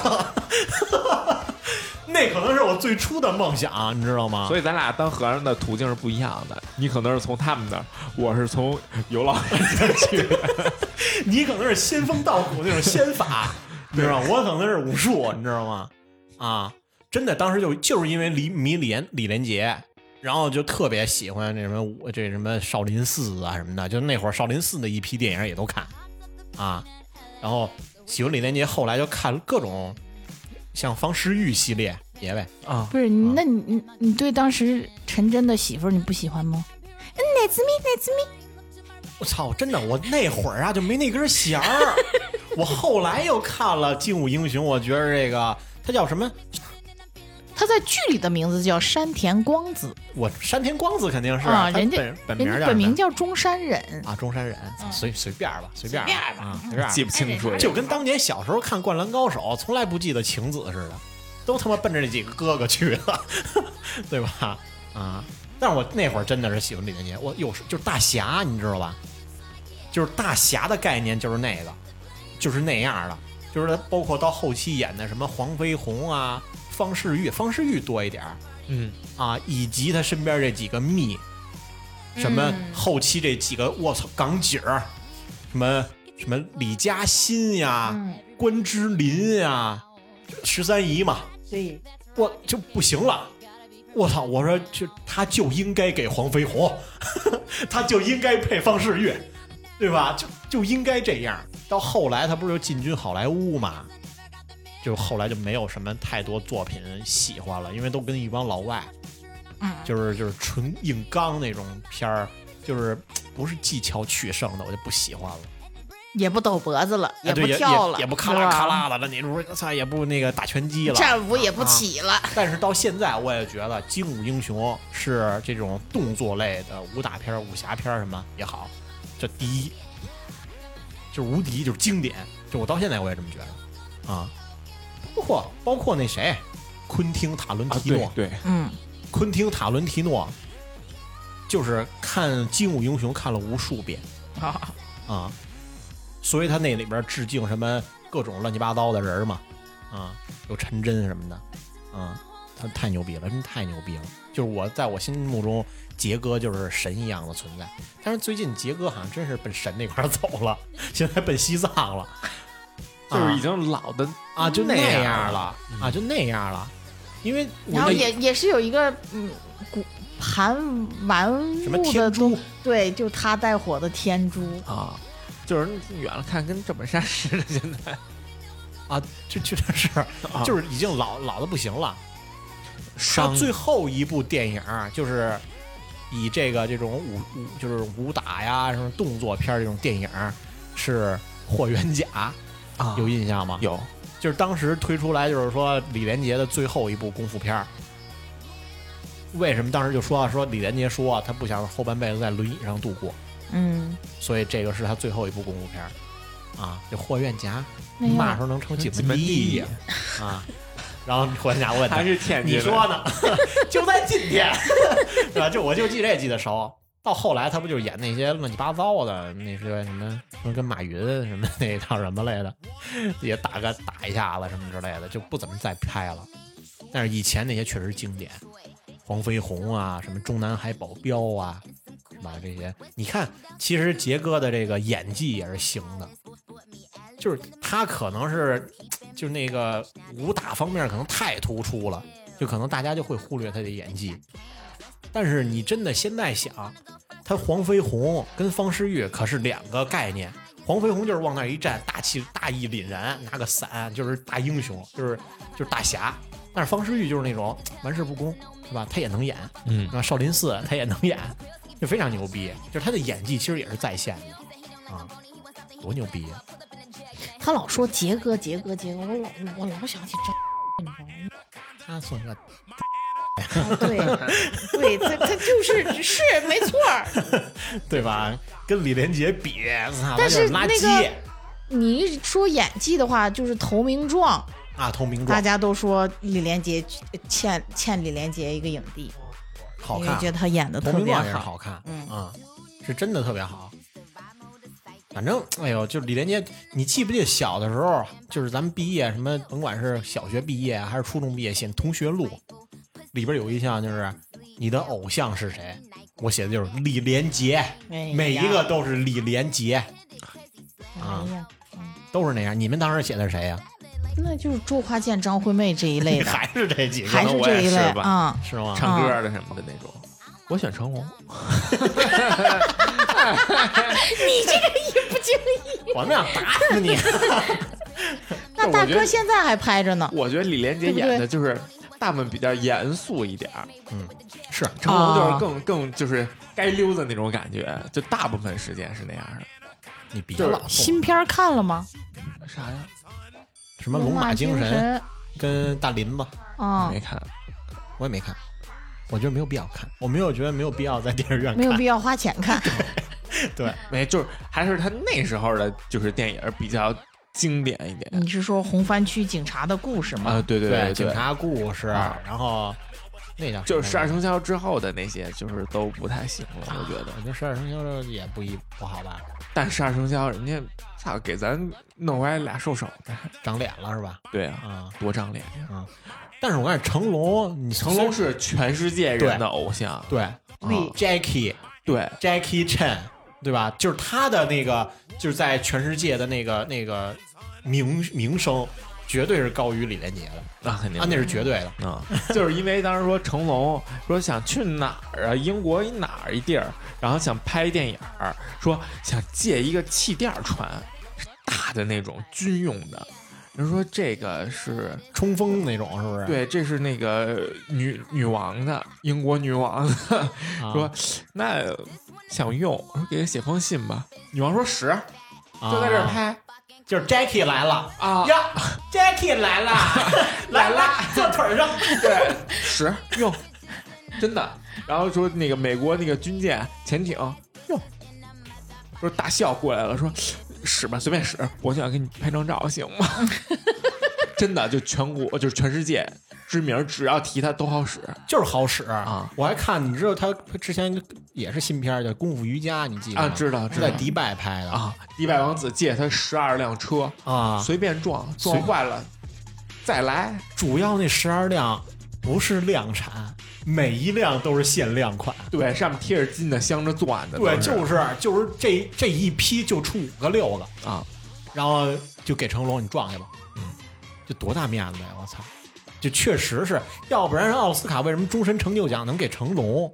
Speaker 1: (laughs) 那可能是我最初的梦想，你知道吗？
Speaker 2: 所以咱俩当和尚的途径是不一样的。你可能是从他们那儿，我是从尤老师那儿去的。
Speaker 1: 你可能是仙风道骨那种仙法，你知道吗？我可能是武术，你知道吗？啊，真的，当时就就是因为李迷李连李连杰，然后就特别喜欢那什么武这什么少林寺啊什么的，就那会儿少林寺的一批电影也都看啊，然后喜欢李连杰，后来就看各种像方世玉系列别呗，
Speaker 2: 啊，
Speaker 3: (laughs) 不是，那你你你对当时陈真的媳妇儿你不喜欢吗？嗯，哪子咪哪子咪，
Speaker 1: 我操，真的，我那会儿啊就没那根弦儿。 (laughs) 我后来又看了《精武英雄》，我觉得这个他叫什么？
Speaker 3: 她在剧里的名字叫山田光子，
Speaker 1: 我山田光子肯定是
Speaker 3: 啊
Speaker 1: 他
Speaker 3: 人家
Speaker 1: 本本名叫
Speaker 3: 人家
Speaker 1: 什
Speaker 3: 本名
Speaker 1: 么
Speaker 3: 叫嗯中山忍。
Speaker 1: 啊，中山忍，随随便吧，随便吧，啊，随便
Speaker 2: 记
Speaker 1: 吧，
Speaker 2: 不清楚，
Speaker 1: 就跟当年小时候看《灌篮高手》，从来不记得晴子似的，都他妈奔着这几个哥哥去了， (laughs) 对吧？啊，但是我那会儿真的是喜欢李连杰，我有时就是大侠，你知道吧？就是大侠的概念就是那个，就是那样的，就是他包括到后期演的什么黄飞鸿啊、方世玉，方世玉多一点儿，
Speaker 2: 嗯，
Speaker 1: 啊，以及他身边这几个密，什么
Speaker 3: 嗯
Speaker 1: 后期这几个我操港姐儿，什么什么李嘉欣呀、
Speaker 3: 嗯
Speaker 1: 关之琳呀、十三姨嘛，
Speaker 3: 对，
Speaker 1: 我就不行了。我操！我说就他就应该给黄飞鸿， (laughs) 他就应该配方世玉，对吧？就就应该这样。到后来他不是就进军好莱坞嘛，就后来就没有什么太多作品喜欢了，因为都跟一帮老外，
Speaker 3: 嗯
Speaker 1: 就是就是纯硬刚那种片儿，就是不是技巧取胜的，我就不喜欢了。
Speaker 3: 也不抖脖子了，
Speaker 1: 哎对
Speaker 3: 不跳
Speaker 1: 也
Speaker 3: 了，
Speaker 1: 也不咔
Speaker 3: 是
Speaker 1: 啦
Speaker 3: 吧
Speaker 1: 咔，啦的了，那种操也不那个打拳击了，
Speaker 3: 站舞也不
Speaker 1: 啊
Speaker 3: 起了。
Speaker 1: 但是到现在，我也觉得《精武英雄》是这种动作类的武打片儿、武侠片儿什么也好，这第一就是无敌，就是经典。就我到现在我也这么觉得啊。包括包括那谁，昆汀·塔伦
Speaker 2: 啊，
Speaker 1: 提诺。
Speaker 2: 对对，
Speaker 3: 嗯，
Speaker 1: 昆汀·塔伦提诺就是看《精武英雄》看了无数遍
Speaker 3: 好，
Speaker 1: 啊，所以他那里边致敬什么各种乱七八糟的人嘛，啊，有陈真什么的，啊，他太牛逼了，真太牛逼了！就是我在我心目中，杰哥就是神一样的存在。但是最近杰哥好像真是奔神那块儿走了，现在奔西藏了，
Speaker 2: 就是已
Speaker 1: 经
Speaker 2: 经嗯老的
Speaker 1: 啊就那
Speaker 2: 那
Speaker 1: 样
Speaker 2: 了
Speaker 1: 了，啊就那样了，因为我
Speaker 3: 然后
Speaker 1: 那
Speaker 3: 也也是有一个嗯古盘玩
Speaker 1: 什么
Speaker 3: 物的
Speaker 1: 天
Speaker 3: 东，
Speaker 1: 珠
Speaker 3: 对，就他带火的天珠，
Speaker 2: 啊，就是远了看跟赵本山似的，现在
Speaker 1: 啊，这确实是，
Speaker 2: (laughs) 啊
Speaker 1: 就是已经老老的不行了。他
Speaker 2: 伤
Speaker 1: 最后一部电影儿就是以这个这种武武就是武打呀什么动作片儿这种电影儿是霍元甲，
Speaker 2: 啊
Speaker 1: 有印象吗？，
Speaker 2: 有
Speaker 1: 就是当时推出来就是说李连杰的最后一部功夫片儿。为什么当时就说啊说李连杰说啊他不想后半辈子在轮椅上度过，
Speaker 3: 嗯，
Speaker 1: 所以这个是他最后一部功夫片儿啊，就霍元甲
Speaker 3: 没有
Speaker 1: 嘛时候能成几分第一啊？然后霍元甲问他
Speaker 2: 还是天津
Speaker 1: 你
Speaker 2: 的
Speaker 1: 说呢？ (laughs) 就在今 (laughs) 天，是吧？就我就记这记得熟。到后来他不就演那些乱七八糟的，那些什么什么跟马云什么那叫什么来的，也打个打一下子什么之类的，就不怎么再拍了。但是以前那些确实经典，黄飞鸿啊，什么中南海保镖啊，是吧？这些你看，其实杰哥的这个演技也是行的，就是他可能是就那个武打方面可能太突出了，就可能大家就会忽略他的演技。但是你真的现在想，他黄飞鸿跟方世玉可是两个概念。黄飞鸿就是往那儿一站，大气大义凛然，拿个伞就是大英雄，就是就是大侠。但是方世玉就是那种玩世不恭，是吧？他也能演，
Speaker 2: 嗯
Speaker 1: 啊，少林寺他也能演，就非常牛逼。就是他的演技其实也是在线的啊，多牛逼啊！
Speaker 3: 他老说杰哥杰哥杰哥，我老我老想起张，你知道吗？
Speaker 1: 他算个
Speaker 3: 啊对对，他他就是是没错儿。
Speaker 1: 对吧？跟李连杰比，操
Speaker 3: 但是
Speaker 1: 他就是
Speaker 3: 那
Speaker 1: 垃
Speaker 3: 个
Speaker 1: 圾
Speaker 3: 你一说演技的话，就是《投名状
Speaker 1: 啊！投名》，
Speaker 3: 大
Speaker 1: 状
Speaker 3: 家都说李连杰欠欠李连杰一个影帝，
Speaker 1: 好
Speaker 3: 因为
Speaker 1: 看，
Speaker 3: 觉得他演的
Speaker 1: 投
Speaker 3: 特
Speaker 1: 名
Speaker 3: 别
Speaker 1: 状也是
Speaker 3: 好。
Speaker 1: 好看，
Speaker 3: 嗯
Speaker 1: 啊，是真的特别好。反正，哎呦，就李连杰，你记不记得小的时候，就是咱们毕业什么，甭管是小学毕业还是初中毕业，写同学录，里边有一项就是你的偶像是谁，我写的就是李连杰，
Speaker 3: 哎呀
Speaker 1: 每一个都是李连杰，啊
Speaker 3: 哎呀，
Speaker 1: 都是那样。你们当时写的是谁呀、
Speaker 3: 那就是周华健、张惠妹这一类
Speaker 1: (laughs)
Speaker 3: 的，
Speaker 1: 还是这几
Speaker 3: 还
Speaker 1: 个，
Speaker 3: 是这一
Speaker 2: 可
Speaker 3: 类
Speaker 2: 能我也是吧
Speaker 1: (laughs)
Speaker 3: 啊。
Speaker 1: 是吗？
Speaker 2: 唱歌的什么的那种，我选成龙，
Speaker 3: 你这个一不经意，
Speaker 1: 我们想打死
Speaker 3: (laughs)
Speaker 1: 你！
Speaker 3: 那大哥现在还拍着呢。
Speaker 2: 我觉得李连杰
Speaker 3: 对不对
Speaker 2: 演的就是大部分比较严肃一点儿，
Speaker 1: 是
Speaker 2: 成龙嗯就是
Speaker 3: 啊
Speaker 2: 更更就是该溜的那种感觉，就大部分时间是那样的。
Speaker 1: 你别
Speaker 2: 就是
Speaker 1: 老动
Speaker 3: 新片儿看了吗？
Speaker 2: 啥呀？
Speaker 1: 什么龙马精神
Speaker 3: 神
Speaker 1: 跟大林子，
Speaker 3: 啊
Speaker 2: 没，看。
Speaker 1: 我也没看，我觉得没有必要看，我没有觉得没有必要在电影院看，
Speaker 3: 没有必要花钱看。 (laughs)
Speaker 1: 对，
Speaker 2: 没，就是还是他那时候的，就是电影比较经典一点
Speaker 3: 你是说红番区警察的故事
Speaker 2: 啊、
Speaker 3: 吗？
Speaker 2: 对对对，
Speaker 1: 警察故事，
Speaker 2: 啊
Speaker 1: 然后那叫什么
Speaker 2: 就是十二生肖之后的那些，就是都不太行了，我觉得
Speaker 1: 我。觉得呃十二生肖这也不一不好吧，
Speaker 2: 但十二生肖人家操给咱弄回来俩兽首呢，
Speaker 1: 长脸了是吧？
Speaker 2: 对啊，
Speaker 1: 啊、
Speaker 2: 多长脸呀！
Speaker 1: 但是我感觉成龙，你
Speaker 2: 成龙是全世界人的偶像，
Speaker 1: 对、
Speaker 2: 嗯
Speaker 1: j a c k i e
Speaker 2: 对
Speaker 1: Jackie Chan，对吧？就是他的那个，就是在全世界的那个那个名名声，绝对是高于李连杰的，
Speaker 2: 那肯定
Speaker 1: 啊，那是绝对的。
Speaker 2: 啊， (laughs) 就是因为当时说成龙说想去哪儿啊，英国一哪儿一地儿，然后想拍电影儿，说想借一个气垫儿船，是大的那种军用的。人说这个是
Speaker 1: 冲锋那种是不是？
Speaker 2: 对，这是那个女女王的英国女王的，
Speaker 1: 啊，
Speaker 2: 说那想用，说给他写封信吧。女王说十，就在这儿
Speaker 1: 啊，
Speaker 2: 拍
Speaker 1: 就是 Jackie 来了
Speaker 2: 啊，
Speaker 1: 呀，Jackie 来
Speaker 2: (laughs)
Speaker 1: 了，来了，坐腿上。
Speaker 2: 对，十用，真的。然后说那个美国那个军舰潜艇用，说大笑过来了，说使吧，随便 (laughs) 使，我想给你拍张照，行吗？真的，就全国就是全世界之名，只要提它都好使。
Speaker 1: (laughs) 就是好使
Speaker 2: 啊！
Speaker 1: 我还看，你知道他之前也是新片儿叫《功夫瑜伽》，你记得吗
Speaker 2: 啊知道知道
Speaker 1: 在迪拜拍的
Speaker 2: 啊，迪拜王子借他十二辆车，
Speaker 1: 啊！
Speaker 2: 随便撞，
Speaker 1: 随
Speaker 2: 撞坏了再来。
Speaker 1: 主要那十二辆不是量产，每一辆都是限量款。
Speaker 2: 对，上面贴着金的，镶着钻的。
Speaker 1: 对，
Speaker 2: 都
Speaker 1: 就是是就是这这一批就出五个六个，
Speaker 2: 啊，
Speaker 1: 然后就给成龙你撞去吧，嗯，这多大面子呀！我操，就确实是要不然奥斯卡为什么终身成就奖能给成龙，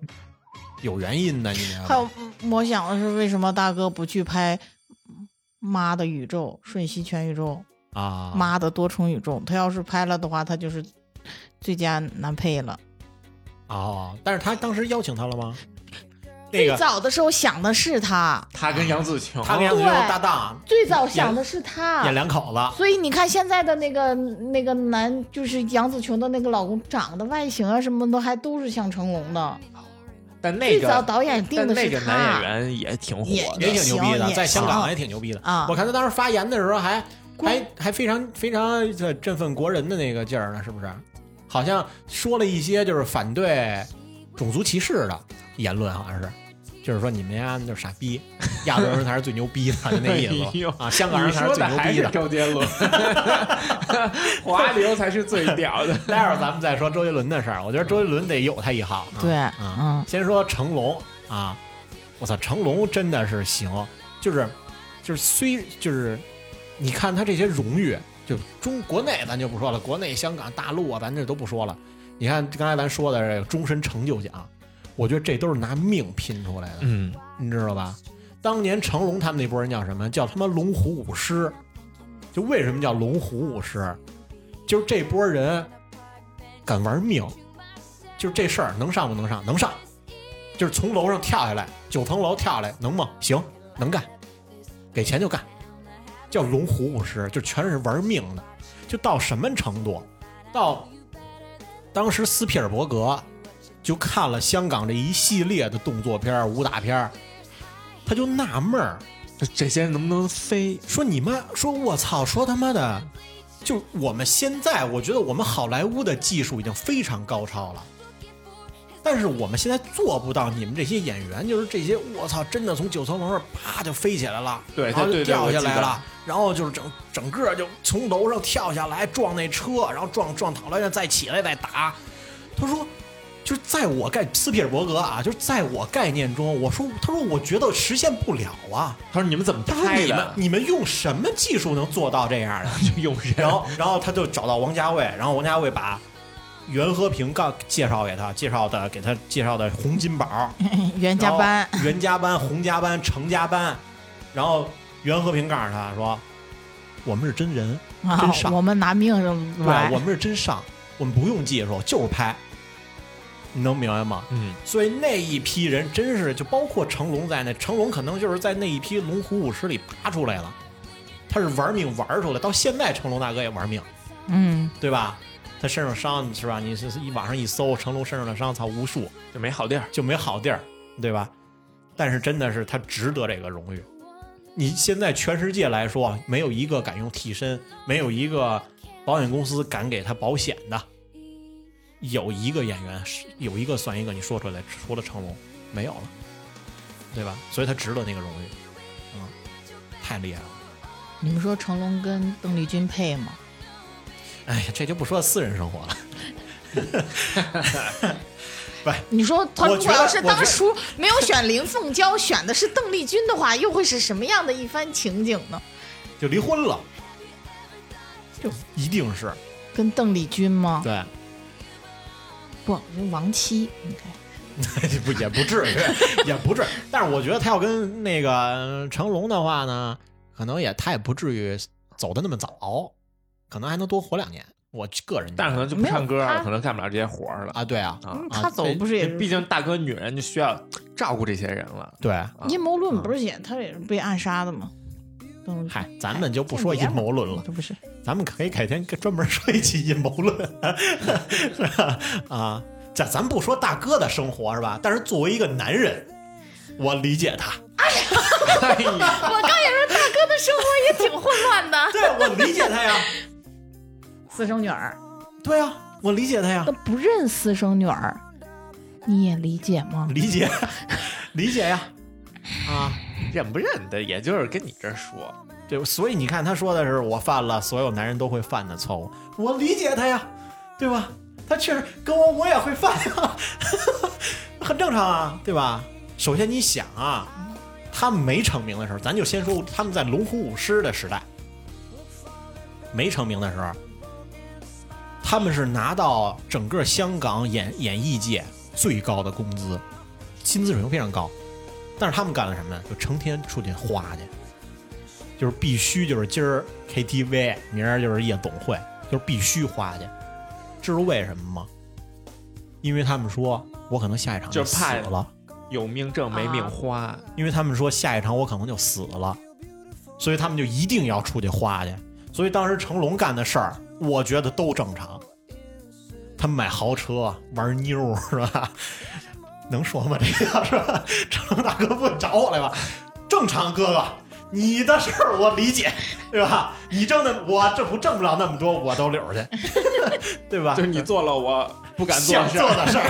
Speaker 1: 有原因的，你明白
Speaker 3: 还
Speaker 1: 吗？
Speaker 3: 有，嗯我想的是，为什么大哥不去拍《妈的宇宙》《瞬息全宇宙》
Speaker 1: 啊，
Speaker 3: 妈的多重宇宙》？他要是拍了的话，他就是最佳男配了。
Speaker 1: 哦，但是他当时邀请他了吗？那
Speaker 3: 最
Speaker 1: 个
Speaker 3: 早的时候想的是他，
Speaker 2: 他跟杨紫琼，
Speaker 1: 他跟杨紫琼搭档
Speaker 3: 最早想的是他
Speaker 1: 演。两口子，
Speaker 3: 所以你看现在的那个那个男，就是杨紫琼的那个老公，长得外形啊什么的，还都是像成龙的。
Speaker 2: 但那
Speaker 3: 最早
Speaker 2: 个
Speaker 3: 导演定
Speaker 2: 但
Speaker 3: 的
Speaker 2: 那
Speaker 3: 是
Speaker 2: 个
Speaker 3: 他。
Speaker 2: 男演员也挺火
Speaker 3: 也
Speaker 2: 的
Speaker 1: 也挺牛逼的，
Speaker 3: 行
Speaker 1: 在香港
Speaker 3: 行
Speaker 1: 也挺牛逼的
Speaker 3: 啊
Speaker 1: 我看他当时发言的时候还还还非常非常这振奋国人的那个劲儿呢，是不是？好像说了一些就是反对种族歧视的言论，好像是。就是说你们呀就是傻
Speaker 2: (laughs)
Speaker 1: 逼，亚洲人才是最牛逼的，就那意
Speaker 2: 哎
Speaker 1: 思
Speaker 2: 呦
Speaker 1: 啊，
Speaker 2: (laughs)
Speaker 1: 香港人
Speaker 2: 你
Speaker 1: 才是
Speaker 2: 说
Speaker 1: 最
Speaker 2: 的
Speaker 1: 牛
Speaker 2: 还
Speaker 1: 逼
Speaker 2: 是
Speaker 1: 的。
Speaker 2: 周杰伦，华流才是最屌的。
Speaker 1: 待会儿咱们再说周杰伦的事儿，我觉得周杰伦得有他一号。啊
Speaker 3: 对，
Speaker 1: 啊，
Speaker 3: 嗯，
Speaker 1: 先说成龙啊，我操，成龙真的是行，就是就是虽就是，你看他这些荣誉，就中国内咱就不说了，国内、香港、大陆啊，咱这都不说了。你看刚才咱说的这个终身成就奖，我觉得这都是拿命拼出来的，
Speaker 2: 嗯，
Speaker 1: 你知道吧？当年成龙他们那波人叫什么？叫他妈龙虎舞狮。就为什么叫龙虎舞狮？就是这波人敢玩命，就是这事儿能上不能上？能上，就是从楼上跳下来，九层楼跳下来，能吗？行，能干，给钱就干，叫龙虎舞狮，就全是玩命的，就到什么程度？到当时斯皮尔伯格就看了香港这一系列的动作片儿、武打片儿，他就纳闷儿，
Speaker 2: 这些人能不能飞？
Speaker 1: 说你妈，说我操，说他妈的，就我们现在，我觉得我们好莱坞的技术已经非常高超了，但是我们现在做不到你们这些演员，就是这些我操，真的从九层楼上啪就飞起来了，
Speaker 2: 对
Speaker 1: 然后
Speaker 2: 对
Speaker 1: 就
Speaker 2: 对
Speaker 1: 掉下来
Speaker 2: 我记
Speaker 1: 了，然后就是整整个就从楼上跳下来撞那车，然后撞撞倒了，再起来再打。他说，就是在我概斯皮尔伯格啊，就是在我概念中，我说，他说我觉得实现不了啊。
Speaker 2: 他说你们怎么
Speaker 1: 他说
Speaker 2: 拍
Speaker 1: 你们
Speaker 2: 的？
Speaker 1: 你们用什么技术能做到这 (laughs) 样的？
Speaker 2: (laughs) 就用人，
Speaker 1: 然后然后他就找到王家卫，然后王家卫把袁和平告介绍给他，介绍的给他介绍的洪金宝、
Speaker 3: 袁家班，
Speaker 1: 然后袁家班、洪家班、程家班，然后袁和平告诉他说：“我们是真人，
Speaker 3: 啊
Speaker 1: 真傻，
Speaker 3: 我们拿命
Speaker 1: 对，啊
Speaker 3: 来
Speaker 1: 我。们是真上，我们不用技术，就是拍。”你能明白吗？
Speaker 2: 嗯，
Speaker 1: 所以那一批人真是，就包括成龙在内，成龙可能就是在那一批龙虎舞狮里爬出来了，他是玩命玩出来。到现在，成龙大哥也玩命，
Speaker 3: 嗯，
Speaker 1: 对吧？他身上伤是吧？你是一网上一搜，成龙身上的伤，操无数，
Speaker 2: 就没好地儿。
Speaker 1: 就没好地儿，对吧？但是真的是他值得这个荣誉。你现在全世界来说，没有一个敢用替身，没有一个保险公司敢给他保险的。有一个演员是有一个算一个，你说出来，除了成龙，没有了，对吧？所以他值得那个荣誉，嗯，太厉害了。
Speaker 3: 你们说成龙跟邓丽君配吗？
Speaker 1: 哎呀，这就不说私人生活了。
Speaker 3: 你说他
Speaker 1: 我
Speaker 3: 如
Speaker 1: 觉
Speaker 3: 果
Speaker 1: 得
Speaker 3: 要是
Speaker 1: 我觉
Speaker 3: 当
Speaker 1: 得
Speaker 3: 初没有选林凤娇，选的是邓丽君的话，又会是什么样的一番情景呢？
Speaker 1: 就离婚了，就一定是
Speaker 3: 跟邓丽君吗？
Speaker 1: 对，
Speaker 3: 不，是亡妻应该。
Speaker 1: (laughs) 不也不至于， (laughs) 也不至于。但是我觉得他要跟那个成龙的话呢，可能也他也不至于走的那么早，可能还能多活两年。我个人觉得，
Speaker 2: 但是可能就不
Speaker 3: 没有
Speaker 2: 唱歌
Speaker 3: 他
Speaker 2: 了，可能干不了这些活儿了
Speaker 1: 啊，对啊，哎
Speaker 2: 啊。
Speaker 3: 嗯他走不是也是
Speaker 2: 毕竟大哥女人就需要照顾这些人
Speaker 1: (laughs)
Speaker 2: 了。
Speaker 1: 对，
Speaker 2: 啊
Speaker 3: 阴谋论不是也他也是被暗杀的吗？邓丽
Speaker 1: 嗨，咱们就不说阴谋论了，
Speaker 3: 这不是
Speaker 1: 咱们可以改天专门说一期阴谋论， (laughs) 是吧？啊，咱咱不说大哥的生活是吧？但是作为一个男人，我理解他。
Speaker 2: 哎呀
Speaker 3: 我刚也说大哥的生活也挺混乱的。
Speaker 1: 对，我理解他呀。
Speaker 3: (laughs) 私生女儿，
Speaker 1: 对啊，我理解他呀
Speaker 3: 那，不认私生女儿，你也理解吗？
Speaker 1: 理解， (laughs) 理解呀，啊，
Speaker 2: 认不认的，也就是跟你这儿说，
Speaker 1: 对，所以你看他说的是我犯了所有男人都会犯的错误，我理解他呀，对吧？他确实跟我我也会犯呀， (laughs) 很正常啊，对吧？首先你想啊，他们没成名的时候，咱就先说他们在龙虎舞狮的时代，没成名的时候，他们是拿到整个香港演演艺界最高的工资，薪资水平非常高，但是他们干了什么呢？就成天出去花去。就是必须就是今儿 KTV，明儿就是夜总会，就是必须花去。知道为什么吗？因为他们说我可能下一场
Speaker 2: 就是
Speaker 1: 死
Speaker 2: 怕
Speaker 1: 了，
Speaker 2: 有命挣没命
Speaker 3: 啊
Speaker 2: 花，
Speaker 1: 因为他们说下一场我可能就死了，所以他们就一定要出去花去。所以当时成龙干的事儿，我觉得都正常。他买豪车、玩妞是吧？ (laughs) 能说吗？这个是吧？成龙大哥不找我来吧？正常，哥哥，你的事儿我理解，对吧？你挣的我这不挣不了那么多，我都溜儿去， (laughs) 对吧？
Speaker 2: 就是你做了我不敢做
Speaker 1: 想
Speaker 2: 的事
Speaker 1: 做
Speaker 2: 儿，
Speaker 1: 的
Speaker 2: (laughs)
Speaker 1: 事儿，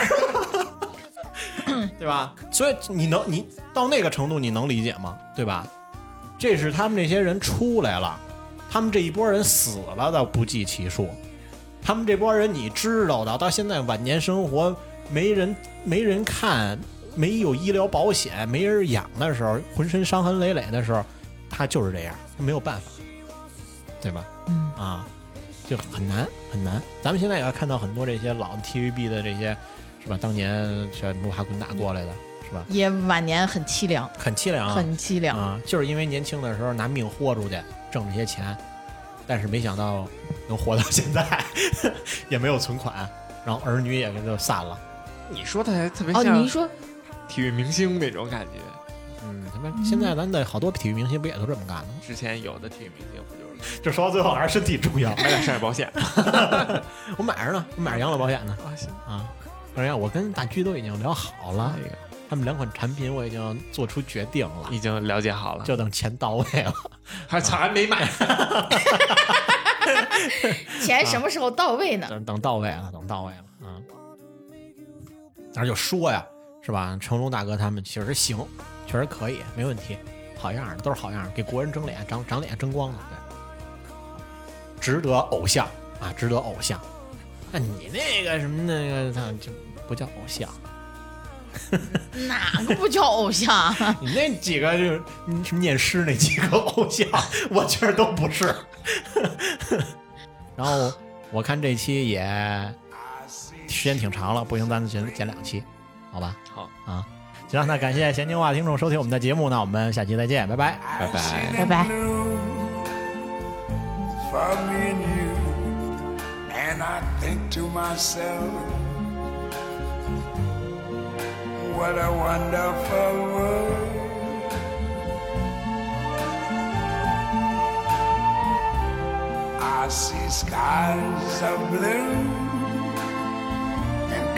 Speaker 1: 对吧？所以你能你到那个程度，你能理解吗？对吧？这是他们这些人出来了，他们这一波人死了倒不计其数，他们这波人你知道的，到现在晚年生活没人没人看，没有医疗保险，没人养的时候，浑身伤痕累累的时候，他就是这样，他没有办法，对吧？
Speaker 3: 嗯
Speaker 1: 啊，就很难很难。咱们现在也要看到很多这些老 TVB 的这些，是吧？当年像卢卡滚打过来的，是吧？
Speaker 3: 也晚年很凄凉，
Speaker 1: 很凄凉啊，
Speaker 3: 很凄凉。
Speaker 1: 啊，就是因为年轻的时候拿命豁出去挣这些钱，但是没想到能活到现在， (laughs) 也没有存款，然后儿女也跟就散了。
Speaker 2: 你说的还特别
Speaker 3: 哦，你
Speaker 2: 像
Speaker 3: 一说
Speaker 2: 体育明星那种感觉。
Speaker 1: 嗯，他们现在咱的好多体育明星不也都这么干吗？
Speaker 2: 之前有的体育明星不就
Speaker 1: (laughs)
Speaker 2: 是
Speaker 1: 就说到最后还是身体重要。
Speaker 2: 买点商业保险
Speaker 1: (laughs) 我买着呢，我买着养老保险呢
Speaker 2: 啊？行，
Speaker 1: 啊！哎呀，我跟大居都已经聊好
Speaker 2: 哎
Speaker 1: 了，他们两款产品我已经做出决定了。
Speaker 2: 已经了解好了，
Speaker 1: 就等钱到位了。
Speaker 2: 还还没买，
Speaker 3: 钱什么时候到位呢？
Speaker 1: (laughs) 等等到位了，等到位了，嗯。然后就说呀，是吧？成龙大哥他们确实行，确实可以，没问题，好样儿的，都是好样儿，给国人争脸，长长脸争光了，对，值得偶像啊，值得偶像。那你那个什么那个，那就不叫偶像，
Speaker 3: 哪个不叫偶像？
Speaker 1: 你那几个就是你什么念诗那几个偶像，我觉得都不是。然后我看这期也时间挺长了，不行，咱剪剪两期，好吧？
Speaker 2: 好
Speaker 1: 啊，行了，那感谢闲情话听众收听我们的节目，那我们下期再见，拜拜。
Speaker 2: 拜拜。
Speaker 3: 拜拜。
Speaker 4: From me and you, and I think to myself, what a wonderful world. I see skies of blue and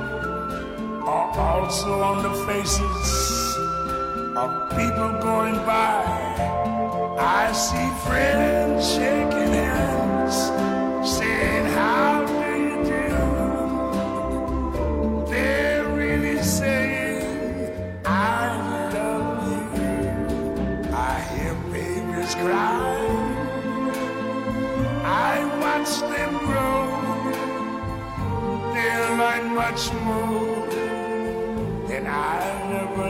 Speaker 4: are also on the faces of people going by. I see friends shaking hands, saying, How do you do? They're really saying, I love you. I hear babies cry. I watch them grow. They're like much more than I ever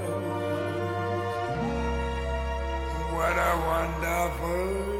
Speaker 4: what a wonderful